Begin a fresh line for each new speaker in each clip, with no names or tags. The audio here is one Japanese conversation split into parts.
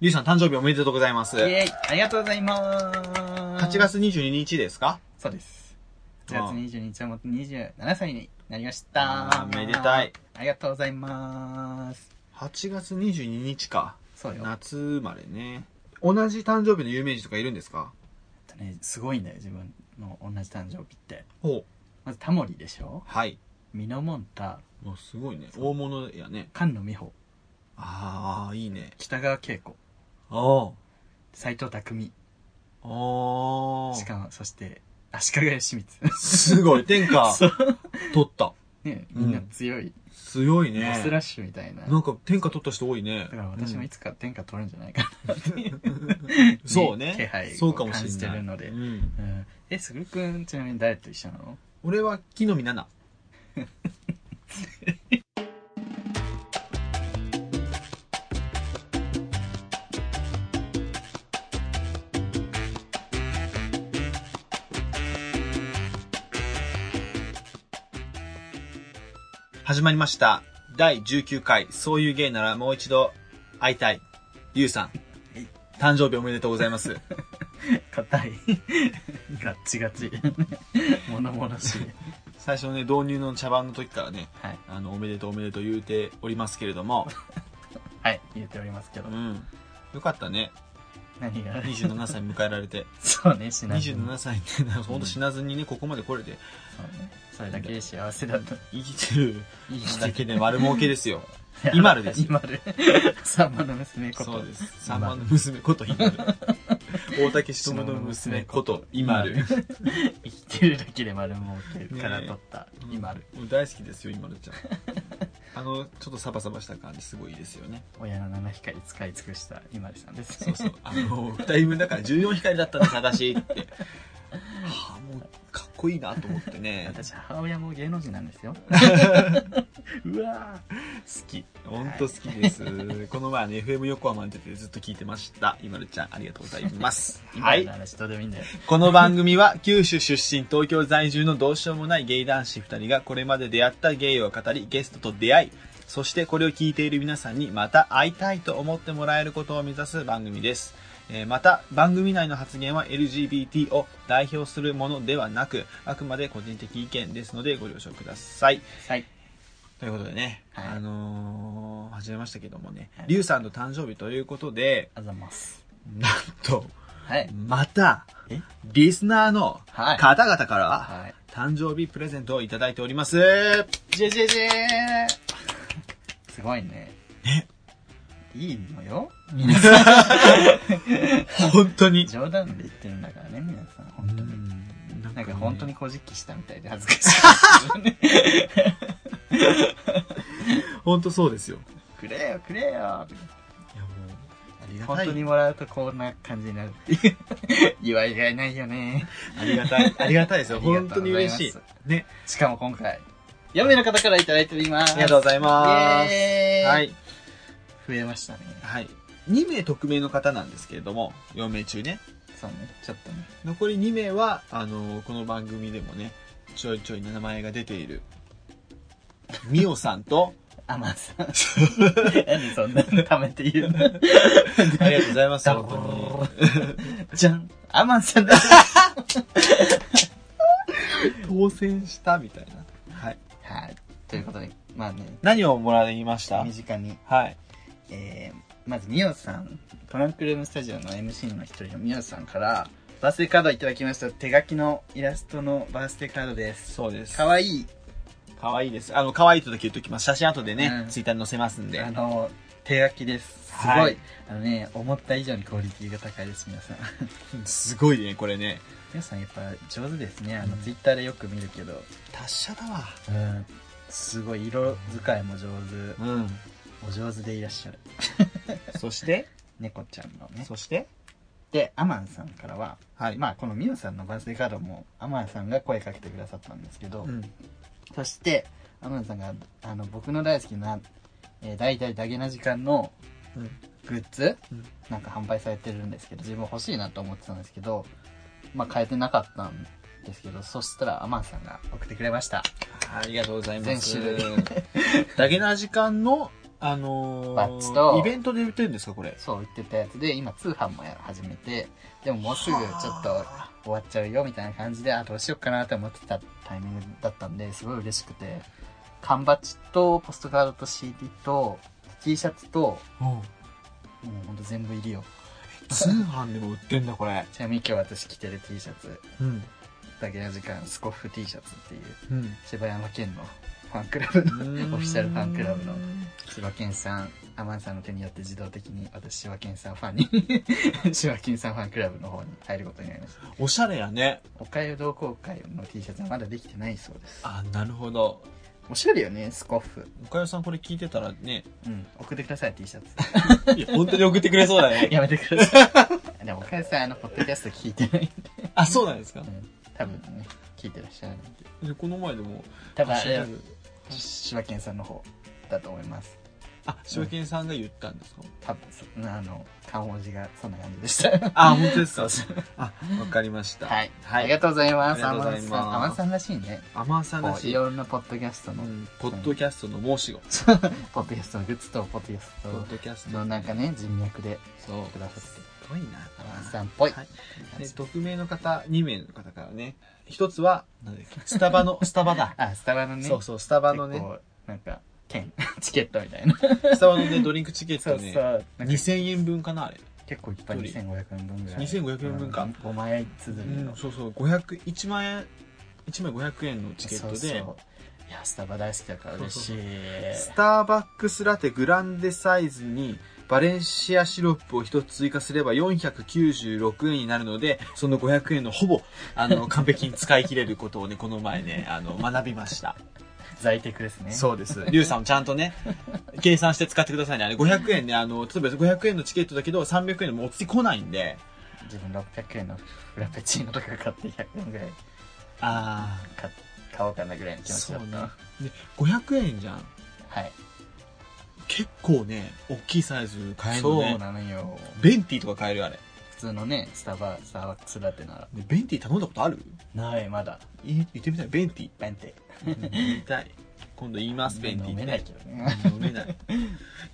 ゆいさん誕生日おめでとうございます。
イェイありがとうございます
8月22日ですか
そうです。8月22日をもって27歳になりまし
あ
た。
ーめでたい。
ありがとうございます。
?8 月22日か。
そうよ。
夏生まれね。同じ誕生日の有名人とかいるんですか
えっとね、すごいんだよ、自分の同じ誕生日って。
ほう。
まずタモリでしょ
はい。
ミノモンタ、
もうすごいね。
そう
大物やね。
菅野美穂、
ああ、いいね。
北川景子、
あ
斎藤匠、
あ。あ
しかも、そして、足利義満。
あ。すごい。天下
そう。
取った。
ね、
うん
みんな強い。
強い
ボス
ね。
ラッシュみたいな。
な
だ
んか天下取った人多いね。
から私もいつか天下取るんじゃないかなっていう。
うんそうね。
気配を
そうかもしれない。
感じてるので
うん
うんえ、すぐるくん、ちなみに誰と一緒なの
俺は木の実奈々。始まりました。第19回、そういう芸ならもう一度会いたい。ゆうさん
い。
誕生日おめでとうございます。
硬い。 ガッチガチ。物々しい。
最初のね、導入の茶番の時からね、
はい。
あの、おめでとうおめでとう言うておりますけれど も、
はい、言っておりますけど
う。ん。よかったね。
何が
27歳迎えられて。
そうね、しない。
27歳っ て、なんかほんと死なずにね、ここまで来れて、
そうね。それだけで幸せだと。
生きてる
いい
だけで丸儲けですよ。今るですよ
今 る。サンマの娘 こと。
そうです。三番の娘こと今 る。大竹しとむの娘こと今る。
生きてるだけで丸儲けから取った今る。
もう大好きですよ、今る ちゃん。あの、ちょっとサバサバした感じ、すごいいいですよね。
親の七光使い尽くした今るさんです。
そうそう。あ の、二人分だから14光だったんです、私って。はあ、もう、かっこいいなと思ってね。
私、母親も芸能人なん ですよ。うわぁ。
好き本当好きです、この前ね FM 横浜に出てずっと聞いてました今るちゃんありがとうございますは
今
い
の話どうでもいいんだよ。
この番組は九州出身東京在住のどうしようもないゲイ男子2人がこれまで出会ったゲイを語りゲストと出会いそしてこれを聞いている皆さんにまた会いたいと思ってもらえることを目指す番組ですえーまた番組内の発言は LGBT を代表するものではなくあくまで個人的意見ですのでご了承ください
はい。
ということでね、
はい
あのー、始めましたけどもね
はい、
リュウさんの誕生日ということで、
あざます。
なんと、
はい。
また
え、
リスナーの
はい
方々から、
はい。
誕生日プレゼントをいただいております。
ジェジェジェーすごいね。いいのよ皆さん。
本当に。
冗談で言ってるんだからね、皆さん。本当に。
な
なん
ね
か本当に。こじっきしたみた いで恥ずかしい、ね。
本当そうですよ。
くれよ、くれよ。
いやもう、ありが
本
たい。
当にもらうとこんな感じになるって いう。祝いがいないよね。
ありがたい。ありがたいですよ。
ありがと
本
うご
当
ざいます
に嬉しい。ね。
しかも今回、4名の方からいただいております。
ありがとうございます
イエーイ
は。い。
増えましたね。
はい。2名匿名の方なんですけれども、4名中ね。
そうね、ちょっとね。
残り2名はあのこの番組でもねちょいちょい名前が出ているミオさん と
あ、まあさ。なんでそんなのためて言うの
ありがとうございます
ダ
本
ボ
当
ー じゃん。アマンさ んだ。
に当選したみたいな、はい、
はい。ということで、まあね、
何をもらいました
身近に、
はい
えー、まずミオさん、トランクルームスタジオの MC の一人のミオさんから、バースデーカードいただきました。手書きのイラストのバースデーカードです。
そうです
かわいい、
かわいいですあのかわいいとだけ言っときます写真後でね、
うん
ツイッターに載せますんで
あの、手書きです。すごい,、
はい
あのね、思った以上にクオリティが高いです、皆 さん。
すごいねこれね
皆さんやっぱ上手ですね。あの、
うん
ツイッターでよく見るけど、
達者だわ
うん、すごい色使いも上手。
うん
お上手でいらっしゃる。
そして
猫ちゃんのね。
そして
で、アマンさんからは、
はい
まあこのミオさんのバースデーカードもアマンさんが声かけてくださったんですけど、
うん
そしてアマンさんがあの僕の大好きな、えー、大体ダゲな時間の
うん
グッズ、
うん
なんか販売されてるんですけど自分欲しいなと思ってたんですけどまあ買えてなかったんですけどそしたらアマンさんが送ってくれました
ありがとうございま
全
す
種類
ダゲな時間のあのー
バッジと
イベントで売ってるんですか、これ。
そう売ってたやつで今通販もや始めてでももうすぐちょっと終わっちゃうよみたいな感じであどうしようかなと思ってたタイミングだったんですごい嬉しくて缶バッジとポストカードと CD と T シャツともうほんと全部入りよ
通販でも売ってんだ、これ。
ちなみに今日私着てる T シャツ
うん。
だけの時間スコッフ T シャツっていう
うん。
柴山健のファンクラブのオフィシャルファンクラブの柴犬さんアマンさんの手によって自動的に私柴犬さんファンに 柴犬さんファンクラブの方に入ることになりました
おしゃれやね。
おかゆ同好会の T シャツはまだできてないそうです
あ、なるほど。
おしゃれよねスコッフ
岡代さんこれ聞いてたらね、
うん送ってください T シャツ
いや、本当に送ってくれそうだね。
やめてくださ いでもおかゆさんあのポッドキャスト聞いてないんで、
あ、そうなんですか
う。ん、多分ね聞いてらっしゃるんで
でこの前でも、
多分あ
ハッシュ
れ
タグ
柴犬さんの方だと思います
あ、柴犬さんが言ったんですか
多分そあの漢文字がそんな感じでした
あ、本当ですかあ、わかりました。
はい、
は
ありが
い。
とうございま
あり
す。
が
ア
とうござ
マ
い
ン
ます
さん、アマンさんらしいね。
アマンさんら
こう
し
い
い。う
ろんなポッドキャストの、
んポッドキャストの申し子。
ポッドキャストのグッズとポッドキャス
ポッドキャス
ト
ト
のなんかね人脈で
そう。
くださって
すごいな。
アマンさんっぽい。
はい
感
で
じ
匿名の方、2名の方からね、一つは、なんだっけ、スタバの、 スタバだ。
あスタバのね、
そうそう、スタバの
結
ね、
構なんか券 チケットみたいな。
スタバのね、ドリンクチケットね、
う。なんか
2000円分かな、あれ。
結構いっぱい
一人
2500円分ぐらい。
2500円分か
うん。5枚続
う
きの
ん、。そうそう、500、1万円、1枚500円のチケットで、
そうそういやスタバ大好きだから嬉しい。
スターバックスラテグランデサイズにバレンシアシロップを一つ追加すれば496円になるので、その500円のほぼ、あの、完璧に使い切れることをね、この前ね、あの、学びました。
在宅ですね。
そうです。 リュウさんもちゃんとね、計算して使ってくださいね。あれ500円ね、あの、例えば500円のチケットだけど300円でも落ちてこないんで、
自分600円のフラペチーノとか買って100円ぐらい
あ
買買おうかなぐらいの気持ち
そ
だ
う
っ
ね
た。。
で、500円じゃん。
はい。
結構ね、大きいサイズ買える
そ
の
う
ね。
なのよ。
ベンティとか買えるよあれ。
普通のね、スタバ、スターバックスラテなら。
でベンティ頼んだことある
ない、まだ。
い行ってみたいベン ティ
ベンテ。
言いたい今度言いますベンティ
飲めないけどね。
飲めないで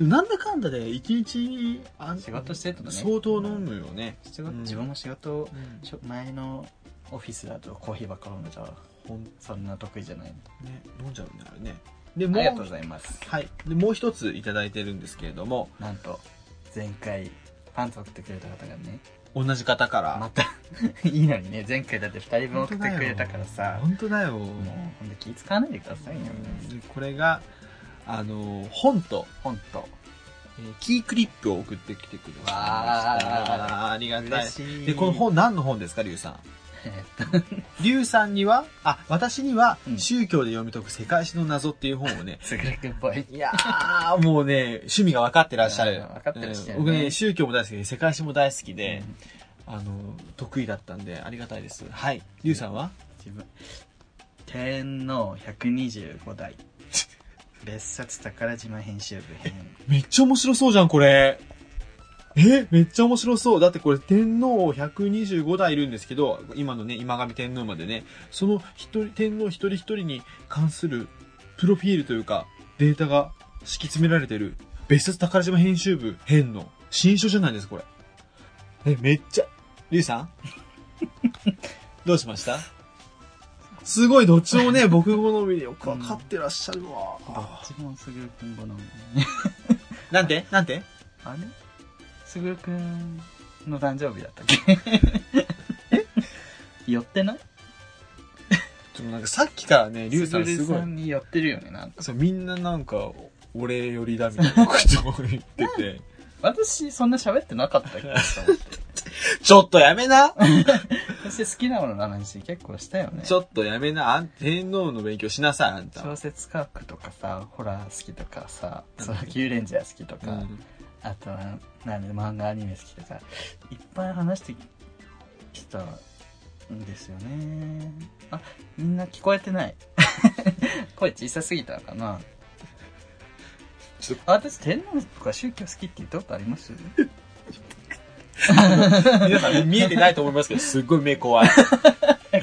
もなんだかんだで一日あん
仕事してるとね
相当飲むよね、
仕
う
事
ん
自分も仕事、しょ前のオフィスだとコーヒーばっか飲んでたわ
ほん
そんな得意じゃない。
ね飲んじゃうんだよねで
あ
も
りがとうご
う
ざいます。
はいでもう一ついただいてるんですけれども
なんと、前回、パンツ送ってくれた方がね、
同じ方から
また、 いいのにね、前回だって2人分送ってくれたからさ、
本当だよ
もう、ほんと気使わないでくださいよ、みんな
でこれがあの本と、
ほんと。
えーキークリップを送ってきてくれました
わ
ありがたい
嬉しい。
でこの本何の本ですかリュウさん
えーっと、
リュウさんには、あ、私には
う、ん、
宗教で読み解く世界史の謎っていう本をね
すぐるくんっぽ い。
いやー、 もうね、趣味が分かってらっしゃる。
あー分かってらっしゃるね
うん僕ね、宗教も大好きで、世界史も大好きで、あの、得意だったんで、ありがたいです。はい。リュウさんは
自分天皇125代別冊宝島編集部編
めっちゃ面白そうじゃん、これ。えめっちゃ面白そう。だってこれ天皇125代いるんですけど、今のね、今上天皇までね、その一人、天皇一人一人に関するプロフィールというか、データが敷き詰められてる、別冊宝島編集部編の新書じゃないですか、これ。え、めっちゃ、りゅうさんどうしましたすごい、どっちもね、僕好みでよくわかってらっしゃるわ。
一番すぐるくん好み
なんてなんて
あれすぐるくんの誕生日だったっけ 寄ってない
ちょっとなんかさっきからね、リュウさんす
す
ご
ぐる
い
さ。んに寄ってるよねなんか
そう、みんななんか、俺寄りだみたいなことを言って て。
私そんな喋ってなかったっけと 思って
ちょっとやめな
私好きなものの話結構したよね
ちょっとやめなあん天皇の勉強しなさい、あんた。
小説科学とかさホラー好きとかさ空級レンジャー好きと
う
か、
ん
あとは、なんで漫画アニメ好きとか、いっぱい話してきたんですよね。あ、みんな聞こえてない。 声小さすぎたのかな
ちょっ
あ、私、天皇とか宗教好きって言ったことあります
と、皆さん見えてないと思いますけど、すっごい目怖い。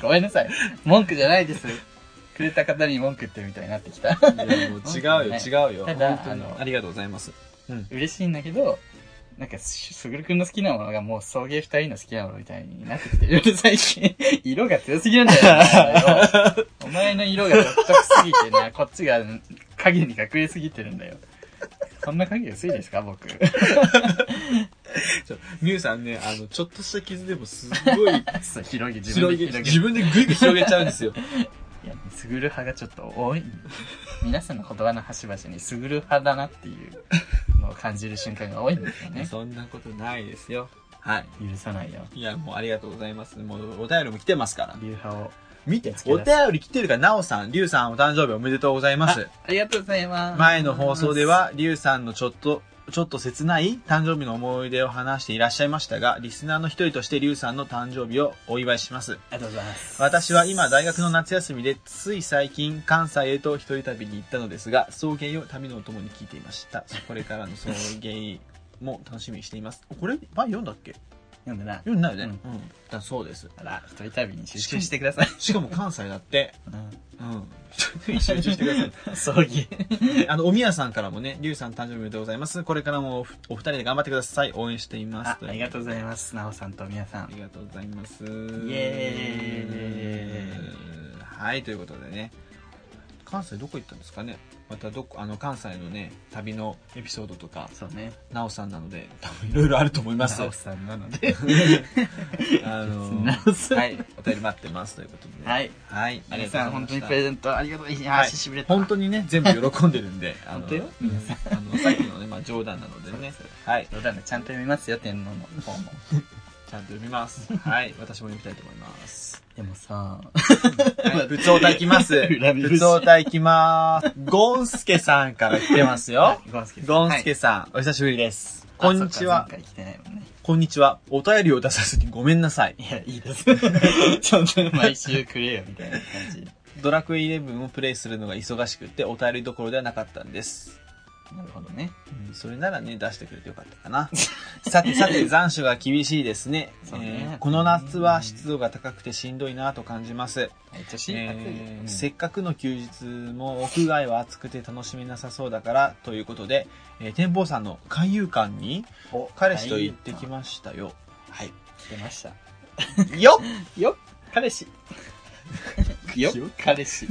ごめんなさい。文句じゃないです。くれた方に文句言ってるみたいになってきた
いやもう違うよ、
ね
違うよ。
ただ
本当に
あの
ありがとうございます。うん。
嬉しいんだけどなんかすすぐるくんの好きなものがもう送迎二人の好きなものみたいになってきてる最近色が強すぎるんだよお前の色お前の色が独特すぎてなこっちが影に隠れすぎてるんだよそんな影薄いですか僕
ちょミュウさんね、あの、ちょっとした傷でもすご い
そう広げ自分
広
で
げ、
広げ
自分でグイグイ広げちゃうんですよ。
いや、すぐる派がちょっと多い。皆さんの言葉の端々にすぐる派だなっていうのを感じる瞬間が多いんですよ ね。
そんなことないですよ。はい。
許さないよ。
いや、もうありがとうございます。もうお便りも来てますから。
流派を。
見て
見つ、け
お
出す
便り来てるから、なおさん、りゅうさんお誕生日おめでとうございます。
ありがとうございます。
前の放送で、は、りゅうさんのちょっと、ちょっと切ない誕生日の思い出を話していらっしゃいましたが、リスナーの一人としてりゅうさんの誕生日をお祝いします。
ありがとうございます。
私は今大学の夏休みでつい最近関西へと一人旅に行ったのですが送迎を旅のお供に聞いていましたこれからの送迎も楽しみにしています これ前読んだっけ
読んでない。
読んだよね、
うん
うんだそうです
あら、一人旅に集中してください。
しかも関西だって
う
うん 集中してください
ん。葬儀。
あのおみやさんからもねりゅうさん誕生日おめでとうございますこれからもおふお二人で頑張ってください応援しています
あありがとうございます。なおさんとみやさ
あ
ん。
りがとうございます。イエイ。
ー
はい、ということでね、関西どこ行ったんですかね。またどこ、あの関西のね、旅のエピソードとか、
そうね。
なおさんなので、多分いろいろあると思います。
なおさんなので。
あの、
なおさん
はい、お便り待ってますということで、ね。
はい。
はい、あり
皆
がとうござい
さん、本
ま
当に
し
プ
た
レゼントありがとうございます。
はい
足しびれた。
本当にね、全部喜んでるん で、あの、
本当よ
うんあの、さっきのね、まあ冗談なのでね、はい、
冗談でちゃんと読みますよ、天皇の方 も。
ちゃんと読みます。はい、私も読みたいと思います。
でもさ、
はい、 仏像体きます。
恨み節
仏像体きます。ゴンスケさんから来てます よ。
ゴンスケさん。
ゴンス
は
ケ
い
さん、お久しぶりです。こんにちは
あ。そっか前回来てないもんね。
こんにちは。お便りを出さずにごめんなさい。
いや、いいです。 ちょっと毎週くれよ、みたいな感じ。
ドラクエイレブンをプレイするのが忙しくて、お便りどころではなかったんです。
なるほどね。
うんそれならね、出してくれてよかったかな。 さてさて、残暑が厳しいですね。
そうね
えーこの夏は湿度が高くてしんどいなと感じます。
めっちゃし、暑いよ
えー
うん
せっかくの休日も屋外は暑くて楽しめなさそうだからということで、えー天保さんの海遊館に
お
彼氏と行ってきましたよはい
出ました。
よ
よ彼氏。よ 彼氏。
っ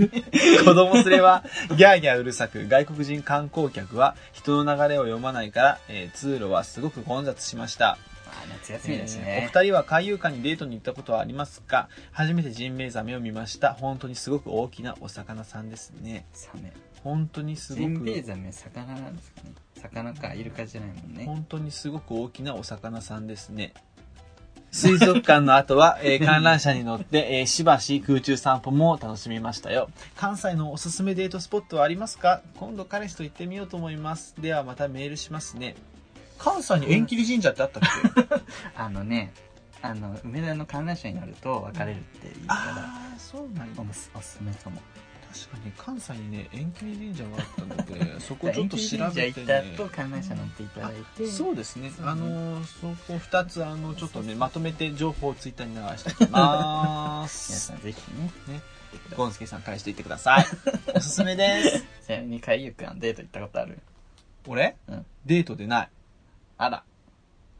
子供連れはギャーギャーうるさく外国人観光客は人の流れを読まないから、えー通路はすごく混雑しました
まあ、夏休みだし
えー
ね。
お二人は海遊館にデートに行ったことはありますか初めてジンベエザメを見ました本当にすごく大きなお魚さんですね
サメ。
本当にすごく
ジンベエザメ、魚なんですかね。魚か、イルカじゃないもんね。
本当にすごく大きなお魚さんですね。水族館の後は、え ー観覧車に乗って、えーしばし空中散歩も楽しみましたよ。関西のおすすめデートスポットはありますか今度彼氏と行ってみようと思います。ではまたメールしますね。関西に縁切り神社ってあったっけ、
あのね、あの、梅田の観覧車になると別れるっていうから、
ああ、そうなんや。
おすおすすめかも。
確かに関西にね、縁切り神社があったんだけ ど、そこ
じゃあ
ちょっと調べて、ね。
行った後観覧車乗っていただいて
そうですね。
そうね
あのーそこ二つ、あの、ちょっとね、まとめて情報をツイッターに流しておきま
皆
す
さ。んぜひね
ゴンスケさん返していってください。おすすめです。
ちなみに海遊館デート行ったことある
俺、
うん
デートでない。
あら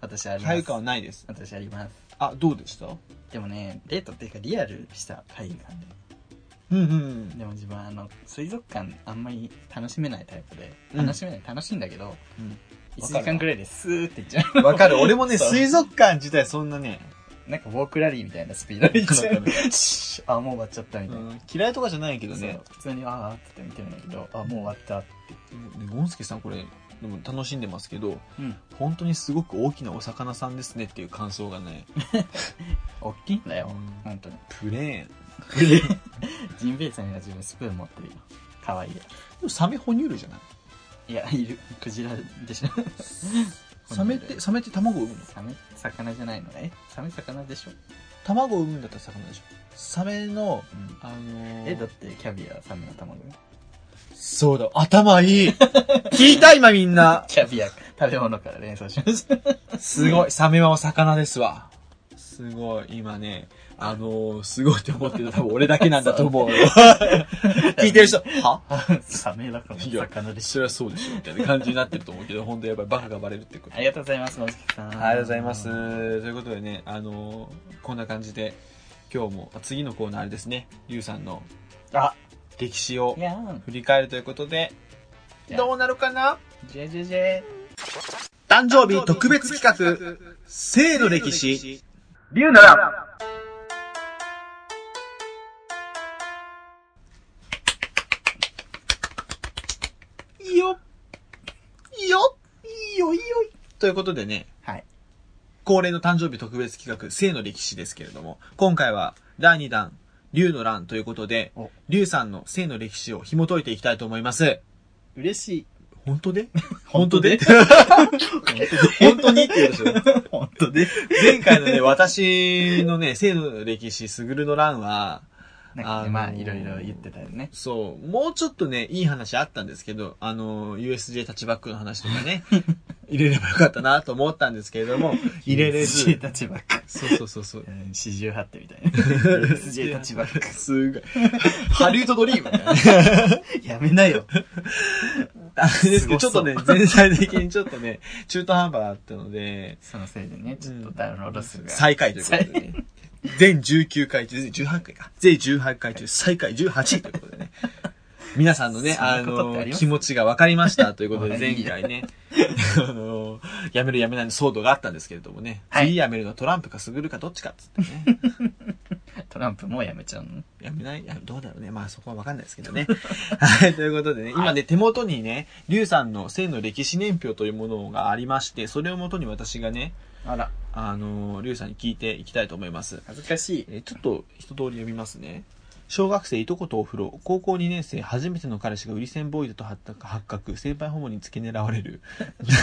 私あり
体
ま
育
す
館はないです。
私あります
あ、どうでした
でもねデートっていうかリアルした海遊館
うんう
で
ん。
でも自分はあの水族館あんまり楽しめないタイプで、
うん
楽しめない楽しいんだけど
うん
1
わ
時
かるわ
間くらいでスーって行っちゃ
わかる。俺もね、
そう
水族館自体そんなね、
うなんかウォークラリーみたいなスピードで行っちゃ
わか
うシュッあもう終わっちゃったみ
う
たいな、
ん嫌いとかじゃないけど
そう
ね。
普通にあーあーって見てるんだけどあもう終わったって、
ねゴンスケさんこれ、でも楽しんでますけど、
うん、
本当にすごく大きなお魚さんですねっていう感想がね、
大きいんだよ、
うん
本当に
プレーン。で
ジンベエザメが自分スプーン持ってるよ。かわいいや
もサメ哺乳類じゃない
つ。いや、いる。クジラでしょ。
サメって、サメって卵を産むの
サメ、魚じゃないのえサメ魚でしょ、
卵を産むんだったら魚でしょ。サメの、
うん、
あのー
え、だってキャビア、サメの卵。
そうだ、頭 いい聞いた今みんな
キャビア、食べ物から連想しました。
すごい、サメはお魚ですわ。すごい、今ね、あのー、すごいって思ってた多分俺だけなんだと思う。 聞いてる人、は
サメだから
いや
魚でし
そ
ょ
れはそうでしょみたいな感じになってると思うけど、本当やっぱりバカがバレるってこと。
ありがとうございます、まずきさん。あり
ありがとうございます。ということでね、あのーこんな感じで、今日も、あ次のコーナーあれですね、ゆうさんの
あ、
歴史を
いやーん。
振り返るということで、
じゃあ
どうなるかな
じゃじゃじゃ
誕生日特別企画、生の歴史。
龍の乱
いいよいいよいいよいいよということでね、
はい。
恒例の誕生日特別企画、生の歴史ですけれども、今回は第2弾、竜の乱ということで
お、
竜さんの生の歴史を紐解いていきたいと思います。
嬉しい。
本当で
本当で
本当にって言うでしょ。
本当で
前回のね、私のね、生の歴史、すぐるの乱は、
な
あの
んかね
ー
まあ、いろいろ言ってたよね。
そう、もうちょっとね、いい話あったんですけど、あの、USJ タッチバックの話とか ね、入れればよかったなと思ったんですけれども、入れれ
USJ
ず、
タッチバック。
そうそうそうそう。
うん四十八ってみたい な。USJ タッチバッ
すごい。ハリウッドドリームだ よね。
ク。やめなよ。
あれですけど、ちょ
す
っと
ごそう
ね、全体的にちょっとね、中途半端だったので、
そのせいでね、ちょっとダウンロード数が。
最下位ということでね。全19回中、18回か。全18回中、最下位18ということで ね。皆さんのね、
そ
あ
んなことってあ
の、
ります
気持ちが分かりましたということで、
はい
前回ね、 あの、やめるやめないの騒動があったんですけれどもね、
はい
次やめるのはトランプかスグルかどっちかっつって ね、
トランプもうやめちゃうの
やめないいやどうだろうね。まあそこは分かんないですけどね。はい、ということでね、今ね、手元にね、リュウさんの生の歴史年表というものがありまして、それをもとに私がね、
あら、
あの、リュウさんに聞いていきたいと思います。
恥ずかしい。
えーちょっと一通り読みますね。小学生いとことお風呂、高校2年生初めての彼氏が売り線ボーイだと発覚発覚、先輩ホモに付け狙われ る。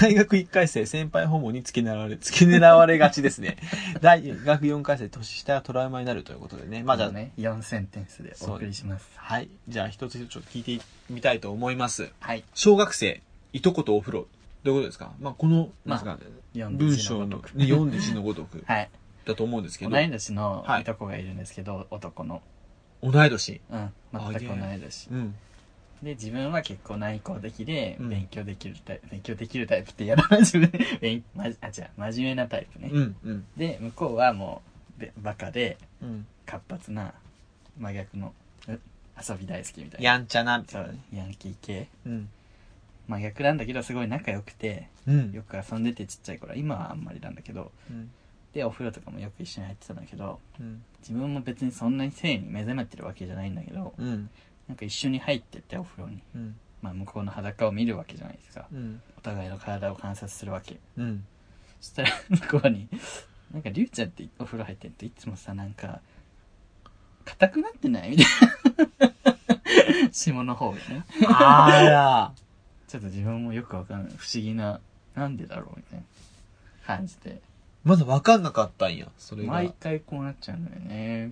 大学1回生先輩ホモに付け狙われ、付け狙われがちです ね。大学4回生年下がトラウマになるということでね。まあじゃあ、
ね、4センテンスでお送りします。
はい。じゃあ一つ一つちょっと聞いてみたいと思います。
はい。
小学生いとことお風呂、どういうことですかまあこの、
まあ
なんですか
4
文章のね読んで字のごとく
はい。
だと思うんですけ
同
ど、
い年の
はい
いとこがいるんですけど、男の。
同い年。
うん。全く同い年。
うん。
で、自分は結構内向的で、
うん
勉強できるタイプ、勉強できるタイプってやらない 自分、勉まじ、あ、違う、真面目なタイプね。
うん。うん。
で、向こうはもう、べバカで、
うん。
活発な、真逆の、う遊び大好きみたいな。
やんちゃな、み
そ
たいな
う
ね。、
ヤンキー系。
うん。
真逆なんだけど、すごい仲良くて、
うん
よ。く遊んでてちっちゃい頃、今はあんまりなんだけど、
うん。
で、お風呂とかもよく一緒に入ってたんだけど、
うん。
自分も別にそんなに性に目覚めてるわけじゃないんだけど、
うん。
なんか一緒に入ってってお風呂に。
うん。
まあ向こうの裸を見るわけじゃないですか。
うん。
お互いの体を観察するわけ。
うん。
そしたら向こうに、なんかりゅうちゃんってお風呂入ってるといつもさ、なんか、硬くなってないみたい な。下の方がね。
あら。
ちょっと自分もよくわかんない。不思議な、なんでだろうみたいな感じで。
まだ分かんなかったんや、それが。
毎回こうなっちゃうんだよね。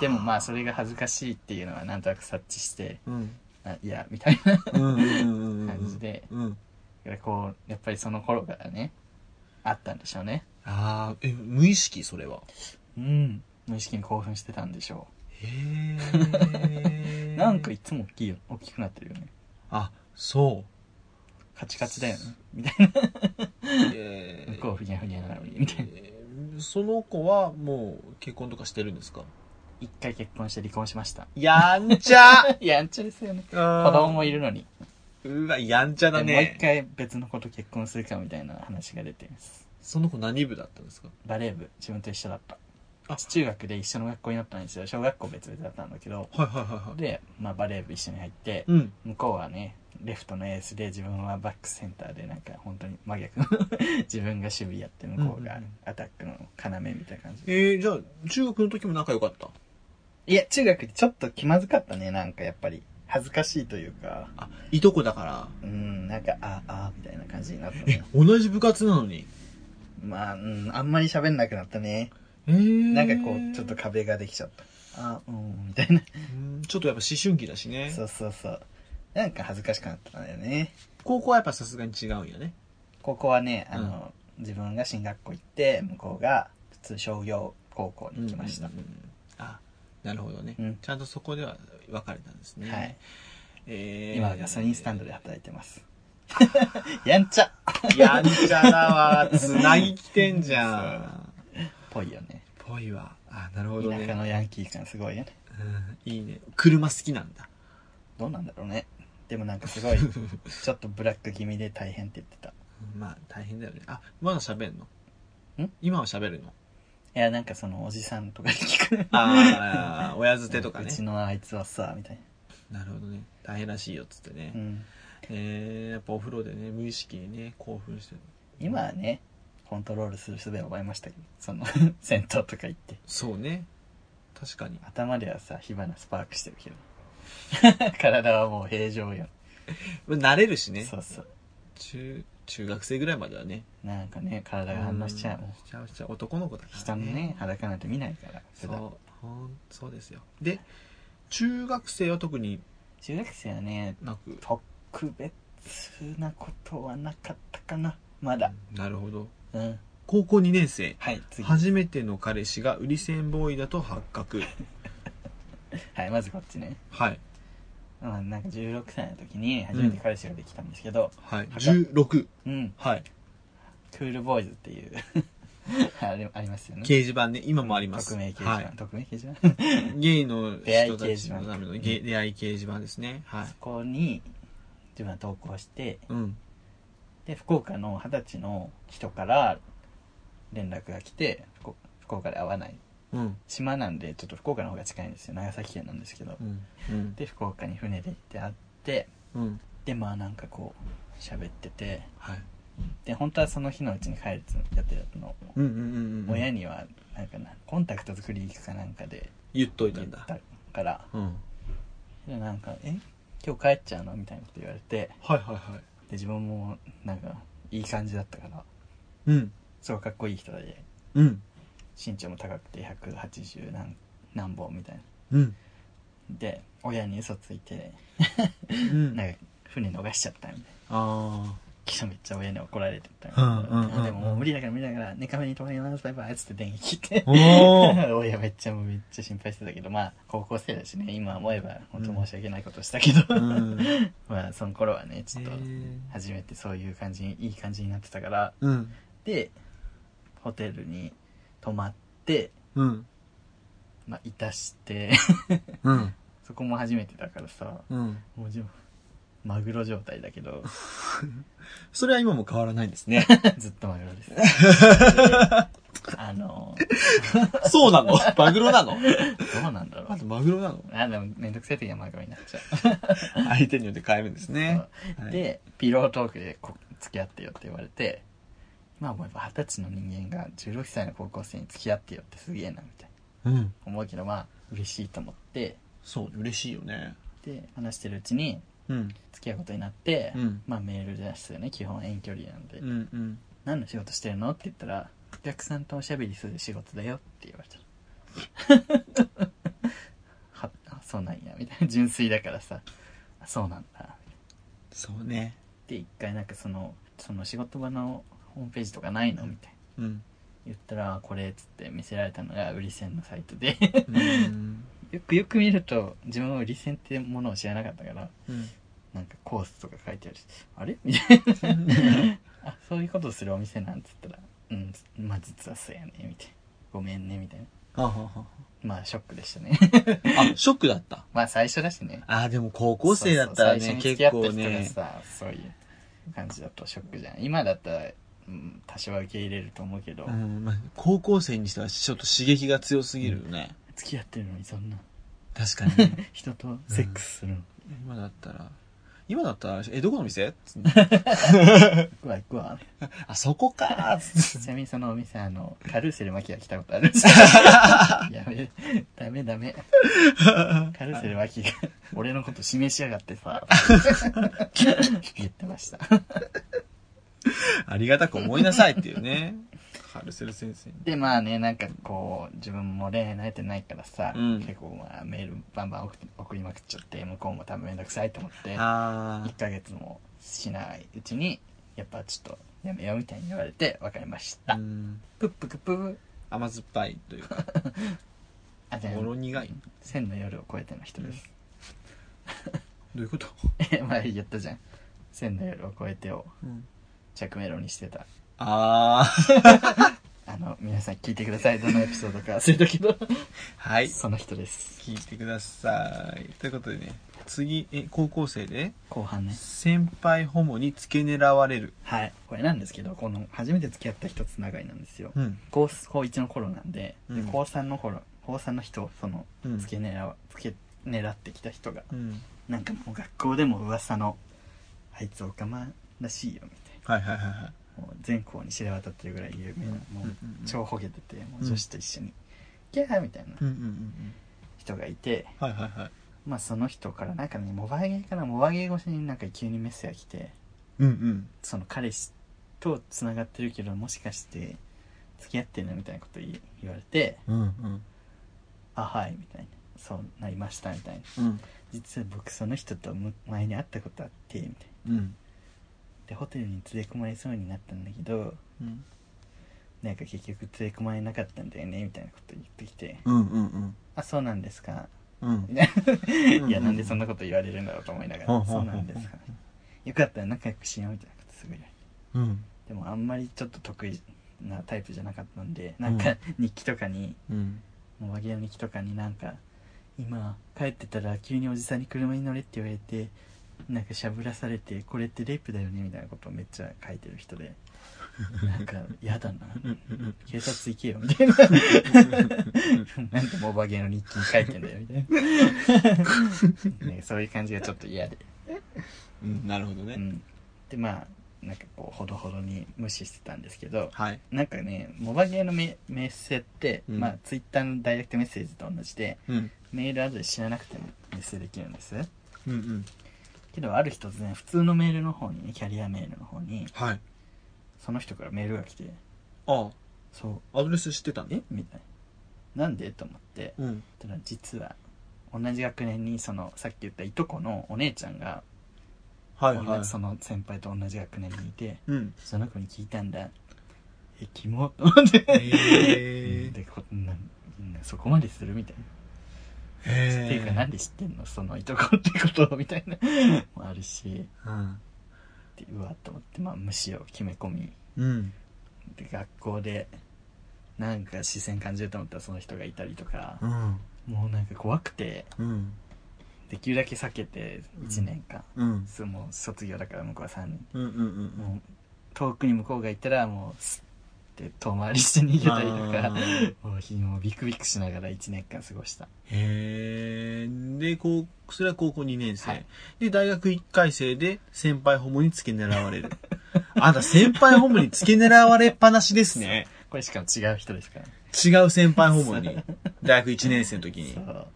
でもまあそれが恥ずかしいっていうのはなんとなく察知して、
うん。
あいや、みたいな
うん。うん。
感じ。で、
うん。
こう、やっぱりその頃からね、あったんでしょうね。
ああ、え、無意識、それは。
うん。無意識に興奮してたんでしょ
へえ
う。なんかいつも大きいよ、大きくなってるよね。
あ、そ
カチカチだよね
す。
みたいな。
う。え
向こうふにゃふにゃなのに、みたいな。
ーその子はもう結婚とかしてるんですか
一回結婚して離婚しました。
やんちゃ
やんちゃですよね。
子
子供もいるのに。
うわ、やんちゃだ
でもう一
ね。
回別の子と結婚するかみたいな話が出てます。
その子何部だったんですか
バレー部、自分と一緒だった。
あ
中学で一緒の学校になったんですよ。小学校別々だったんだけど。
はいはいはいはい。
で、まあバレー部一緒に入って、
うん。
向こうはねレフトのエースで自分はバックセンターでなんか本当に真逆の自分が守備やって向こう
う
が
んうん
アタックの要みたいな感じ、
えー、じゃあ、中学の時も仲良かった
いや中学でちょっと気まずかったねなんかやっぱり恥ずかしいというか
あ、いとこだから。
うんなんかああみたいな感じになった
え
ね、
同じ部活なのに。
まあ、うん、あんまり喋んなくなったね
えー、
なんかこうちょっと壁ができちゃったあうんみたいな
うんちょっとやっぱ思春期だしね。
そうそうそうなんか恥ずかしくなったんだよね
高校はやっぱさすがに違うんよね。
ここはねあの、自分が進学校行って向こうが普通商業高校に行きました、
うんうんうんあなるほどね、
うん
ちゃんとそこでは別れたんですね
はい、
えー
今はガソリンスタンドで働いてます やんちゃっ
やんちゃだわつなぎきてんじゃん
ぽいよね
ぽいわあなるほど
田舎
ね、
のヤンキー感すごいよね
うん、いいね車好きなんだ
どうなんだろうねでもなんかす ごいちょっとブラック気味で大変って言ってた
まあ大変だよねあまだ喋んの
ん
今は喋るの
いやなんかそのおじさんとかに聞く
あ あ親づてとか
う
ね
ちのあいつはさみたい
なるほどね大変らしいよっつってね、
な、うん、
えーやっぱお風呂でね無意識にね興奮してる
今はねコントロールする術を覚えましたけどその 銭湯とか行って
そうね確かに
頭ではさ火花スパークしてるけど 体はもう平常よ、
慣れるしね
そうそう
中中学生ぐらいまではね
なんかね体が反応しちゃうもん
しちゃうしちゃう男の子だから、
人のね裸なんて見ないから
そ
普
う
段
ほんそうですよで中学生は特に
中学生はね
なく
特別なことはなかったかなまだ
なるほど
うん
高校2年生
はい次は
初めての彼氏が売り線ボーイだと発 覚
いまずこっちね、
はい
まあ、なんか16歳の時に初めて彼氏ができたんですけど
はい
発
16
うん、
はい
クールボーイズっていう あれありますよね
掲示板ね今もあります
匿名掲示板、
はい
匿名掲示板
ゲイの
出会い
人た
掲
ち
示
の
板
ためのゲイ出会い掲示板ですねはい
そこに自分は投稿して
うん
で福岡の二十歳の人から連絡が来て福福岡で会わない
うん
島なんでちょっと福岡の方が近いんですよ長崎県なんですけど
うんうん
で福岡に船で行って会って
うん
でまあなんかこう喋ってて
はい
で本当はその日のうちに帰るつやってたの、
うんうんうんうん
親にはなんかなコンタクト作りに行くかなんかで
言っといた
言っ
んだ
たから
うん
でなんか「え今日帰っちゃうの?」みたいなこと言われて
はいはいはい
で自分もなんかいい感じだったから
うん
すごいかっこいい人で
うん
身長も高くて180何何本みたいな
うん
で親に嘘ついて
うん
なんか船逃しちゃったみたいな
あ
昨日めっちゃ親に怒られてた
うんうんうん
でももう無理だから無理だから寝かめに泊まりますバイバイっつって電気切って
あお ー
親めっちゃもうめっちゃ心配してたけどまあ高校生だしね今思えば本当申し訳ないことしたけど、
うん
まあその頃はねちょっと
へー
初めてそういう感じにいい感じになってたから
うん
でホテルに泊まって、
うん
まあ、いたして
うん
そこも初めてだからさ
うん
もうじゃマグロ状態だけど
それは今も変わらないですね
ずっとマグロ ですあの
そうなのマグロなの
どうなんだろう
まずマグロな の
あでもめんどくせえ時はマグロになっちゃ
相手によって変えるんです
う、
ね
そう
はい
でピロートークでこ付き合ってよって言われて今思えば二十歳の人間が16歳の高校生に付き合ってよってすげえなみたいな
うん
思うけどまあ嬉しいと思って
そう嬉しいよね
で話してるうちに
うん
付き合うことになって、
うん
まあメールですよね基本遠距離なんで、
うんうん
何の仕事してるのって言ったらお客さんとおしゃべりする仕事だよって言われた はあそうなんやみたいな純粋だからさあそうなんだ
そうね
で一回なんかそのその仕事場のホームページとかないのみたい な
うん
言ったらこれっつって見せられたのが売り線のサイトで
うん
よくよく見ると自分は売り線ってものを知らなかったから
うん
なんかコースとか書いてあるしあれみたいなあそういうことするお店なんつったらうんまあ実はそうやねみたいなごめんねみたいな
あはは
まあショックでしたね
あショックだった
まあ最初だしね
あーでも高校生だったら
そうそ
ね
う最初に
結
付き合
構
った人が
ね
さそういう感じだとショックじゃん今だったら、うん、多少は受け入れると思うけど、
うんまあ高校生にしてはちょっと刺激が強すぎるよね
付き合ってるのにそんな
確かに ね
人とセックスするの、
今だったら今だったら「えどこの店?つって」
行くわ行くわ
あそこか」つって
ちなみにそのお店あのカルーセルマキが来たことある やめダメダメカルーセルマキが俺のこと示しやがってさ言ってました
ありがたく思いなさいっていうねカルセル先生に
でまあねなんかこう自分も恋愛慣れてないからさ、
うん
結構まあメールバンバン送って送りまくっちゃって向こうも多分めんどくさいと思って
あ
1ヶ月もしないうちにやっぱちょっとやめようみたいに言われて別れまし
あ
た、プップクプー
甘酸っぱいという か
あじゃあ
もろ苦い
千の夜を超えての人です、
どういうこと、
え前言ったじゃん千の夜を超えてを着メロにしてた
ああ
あの皆さん聞いてくださいどのエピソードか忘れたけど
はい
その人です
聞いてくださいということでね次え高校生で
後半ね
先輩ホモに付け狙われる
はいこれなんですけどこの初めて付き合った人つながりなんですよ
うん
高高1の頃なんで,で、
うん
高3の頃高3の人その
うん
付け狙わ付け狙ってきた人が
うん
なんかもう学校でも噂のあいつオカマらしいよみた
は
い
いはいはいはい
なもう全校に知れ渡ってるぐらい有名な、も
うん
う
うんうん
超ほげててもううん女子と一緒に、ギャーみたいな
うんうんうん
人がいて、
うんはいはいはい
まあその人からなんかねモバゲーかなモバゲー越しになんか急にメッセージが来て
うんうん
その彼氏とつながってるけどもしかして付き合ってんのみたいなこと言い言われて
うんうん
「あはい」みたいな「そうなりました」みたいな
うん
「実は僕その人とむ前に会ったことあって」みたいな
うん
でホテルに連れ込まれそうになったんだけど
うん
なんか結局連れ込まれなかったんだよねみたいなこと言ってきて
うんうん
「あそうなんですか」
うん
みたいな「
うん
いやなんでそんなこと言われるんだろう」と思いなが
うんう
ら「
ん
そうなんですか」よかったら仲良くしよう」みたいなことすごい言われて
うん
でもあんまりちょっと得意なタイプじゃなかったんでなんか日記とかに
うん
もう和牛の日記とかになんか今帰ってたら急におじさんに車に乗れって言われてなんかしゃぶらされてこれってレイプだよねみたいなことをめっちゃ書いてる人でなんか嫌だな警察行けよみたいななんでもバゲの日記に書いてんだよみたいな ねそういう感じがちょっと嫌で、
うんなるほど
う
ね
ん、でまあなんかこうほどほどに無視してたんですけど
はい
なんかねモバゲーのメメッセって、
うん
まあツイッターのダイレクトメッセージと同じで
うん
メールアドレス知らなくてもメッセできるんです
うんうん
けどある日突然普通のメールの方にねキャリアメールの方に
はい
その人からメールが来て
あ
「そう
あアドレス知ってたの
えみたいな「なんで?」と思って
うん
ただ実は同じ学年にそのさっき言ったいとこのお姉ちゃんが
はい
同
はい
じその先輩と同じ学年にいて
うん
その子に聞いたんだ「えキモ」と思って、
へ
でこんなうんそこまでするみたいな。っていうかなんで知ってんのそのいとこってことみたい なもあるし
うん
でうわと思ってまあ無視を決め込み
うん
で学校でなんか視線感じると思ったらその人がいたりとか
うん
もうなんか怖くて
うん
できるだけ避けて
うん
1年間、
うん
そうもう卒業だから向こうは3年
うんうん
もう遠くに向こうがいたらもうスッて遠回りして逃げたりと
あ
か
ー
もうひもうビクビクしながら1年間過ごした
へえでこうそれは高校2年生、
はい
で大学1回生で先輩ホモに付け狙われるあんた先輩ホモに付け狙われっぱなしですね
これしかも違う人ですから
違う先輩ホモに大学1年生の時に
そう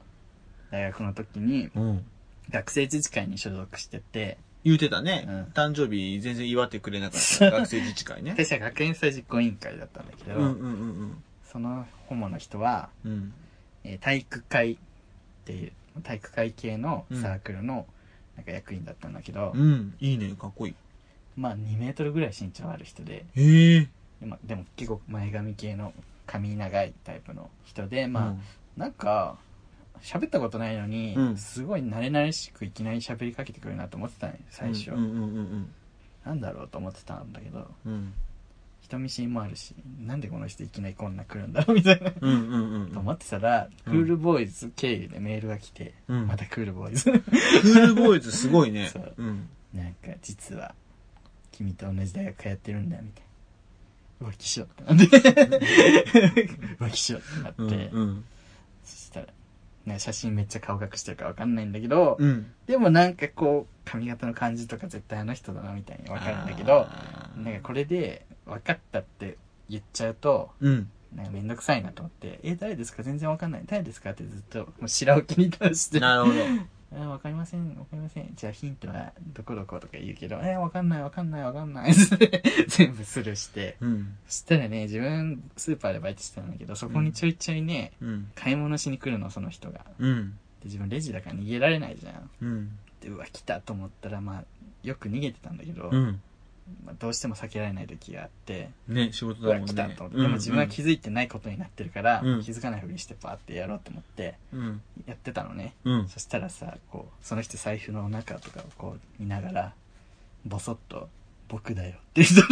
大学の時に
うん
学生自治会に所属してて
言うてたね、
うん
誕生日全然祝ってくれなかった学生自治会ね
私は学園祭実行委員会だったんだけ
う
ど、
んうんうん
そのホモの人は、
うんうん
えー体育会っていう体育会系のサークルのなんか役員だったんだけど、
うんいいねかっこいい
まあ2メートルぐらい身長ある人で
へえ
で,、まあ、でも結構前髪系の髪長いタイプの人でまあ、なんか喋ったことないのに、
うん
すごい慣れ慣れしくいきなり喋りかけてくるなと思ってたんよ最初、
うんうんうん
なんだろうと思ってたんだけど
うんうん
人見知りもあるしなんでこの人いきなりこんな来るんだろうみたいな
うんうんうん
と思ってたら、
うん
クールボーイズ経由でメールが来て、
うん
またクールボー イズ
クールボーイズすごいね
そう
うん
なんか実は君と同じ大学通ってるんだみたいな浮気しようってなって浮気しようってなって、
うんうん
そしたらなんか写真めっちゃ顔隠してるかわかんないんだけど、
うん
でもなんかこう髪型の感じとか絶対あの人だなみたいにわかるんだけど
あー
なんかこれで分かったって言っちゃうと
うん
なんかめんどくさいなと思って「え誰ですか全然わかんない誰ですか?」ってずっともう白置きに出して
なる ほど
えーわかりません、わかりません。じゃあヒントはどこどことか言うけど、えーわかんない、わかんない、わかんない。 全部スルーして。
うん
そしたらね、自分、スーパーでバイトしてたんだけど、そこにちょいちょいね、
うん
買い物しに来るの、その人が。で、
うん
自分レジだから逃げられないじゃん。
うん
で、うわ、来たと思ったら、まあ、よく逃げてたんだけど、
うん
まあどうしても避けられない時があって、
ね、仕事
う
だ
わ
もん
来
ね。
たと思って、でも自分は気
づ
づいてないことになってるから、
うん
気づかないふりしてパーってやろうと思って
うん。
やってたのね、
うん。
そしたらさこうその人財布の中とかをこう見ながらボソッと「僕だよ」って言 った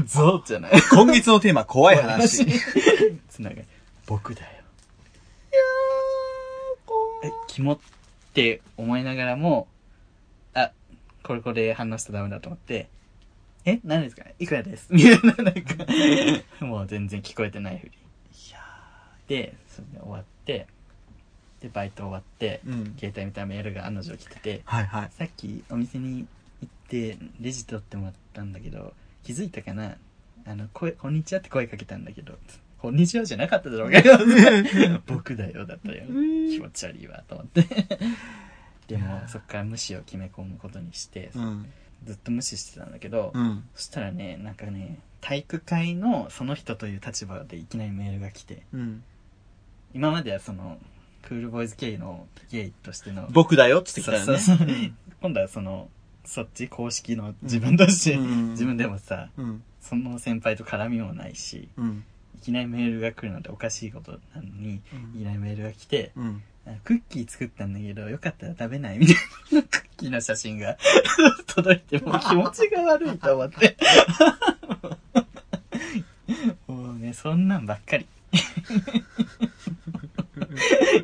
の ゾウじゃない
今月のテーマ、怖い話。
つながり僕だよえキモって思いながらもあこれこれ反応したらダメだと思ってえ何ですかいくらです みたいななんかもう全然聞こえてないふりでそれで終わってでバイト終わって
うん。
携帯見たらメールが案の定来てて
はいはい。
さっきお店に行ってレジ取ってもらったんだけど気づいたかなあの声「こんにちは」って声かけたんだけど「こんにちは」じゃなかっただろうが 僕だよだったよ気持ち悪いわと思って でもそっから無視を決め込むことにして、
うん。
ずっと無視してたんだけど、
うん。
そしたらねなんかね体育会のその人という立場でいきなりメールが来て
うん。
今まではそのクールボーイズゲイのゲイとしての
僕だよって言ってたよね。
そうそう今度はそのそっち公式の自分として、
うん
自分でもさ
うん。
その先輩と絡みもないし
うん。
いきなりメールが来るのっておかしいことなのにいきなりメールが来て
うん。
あクッキー作ったんだけどよかったら食べないみたいなクッキーの写真が 届いてもう気持ちが悪いと思ってもうねそんなんばっかり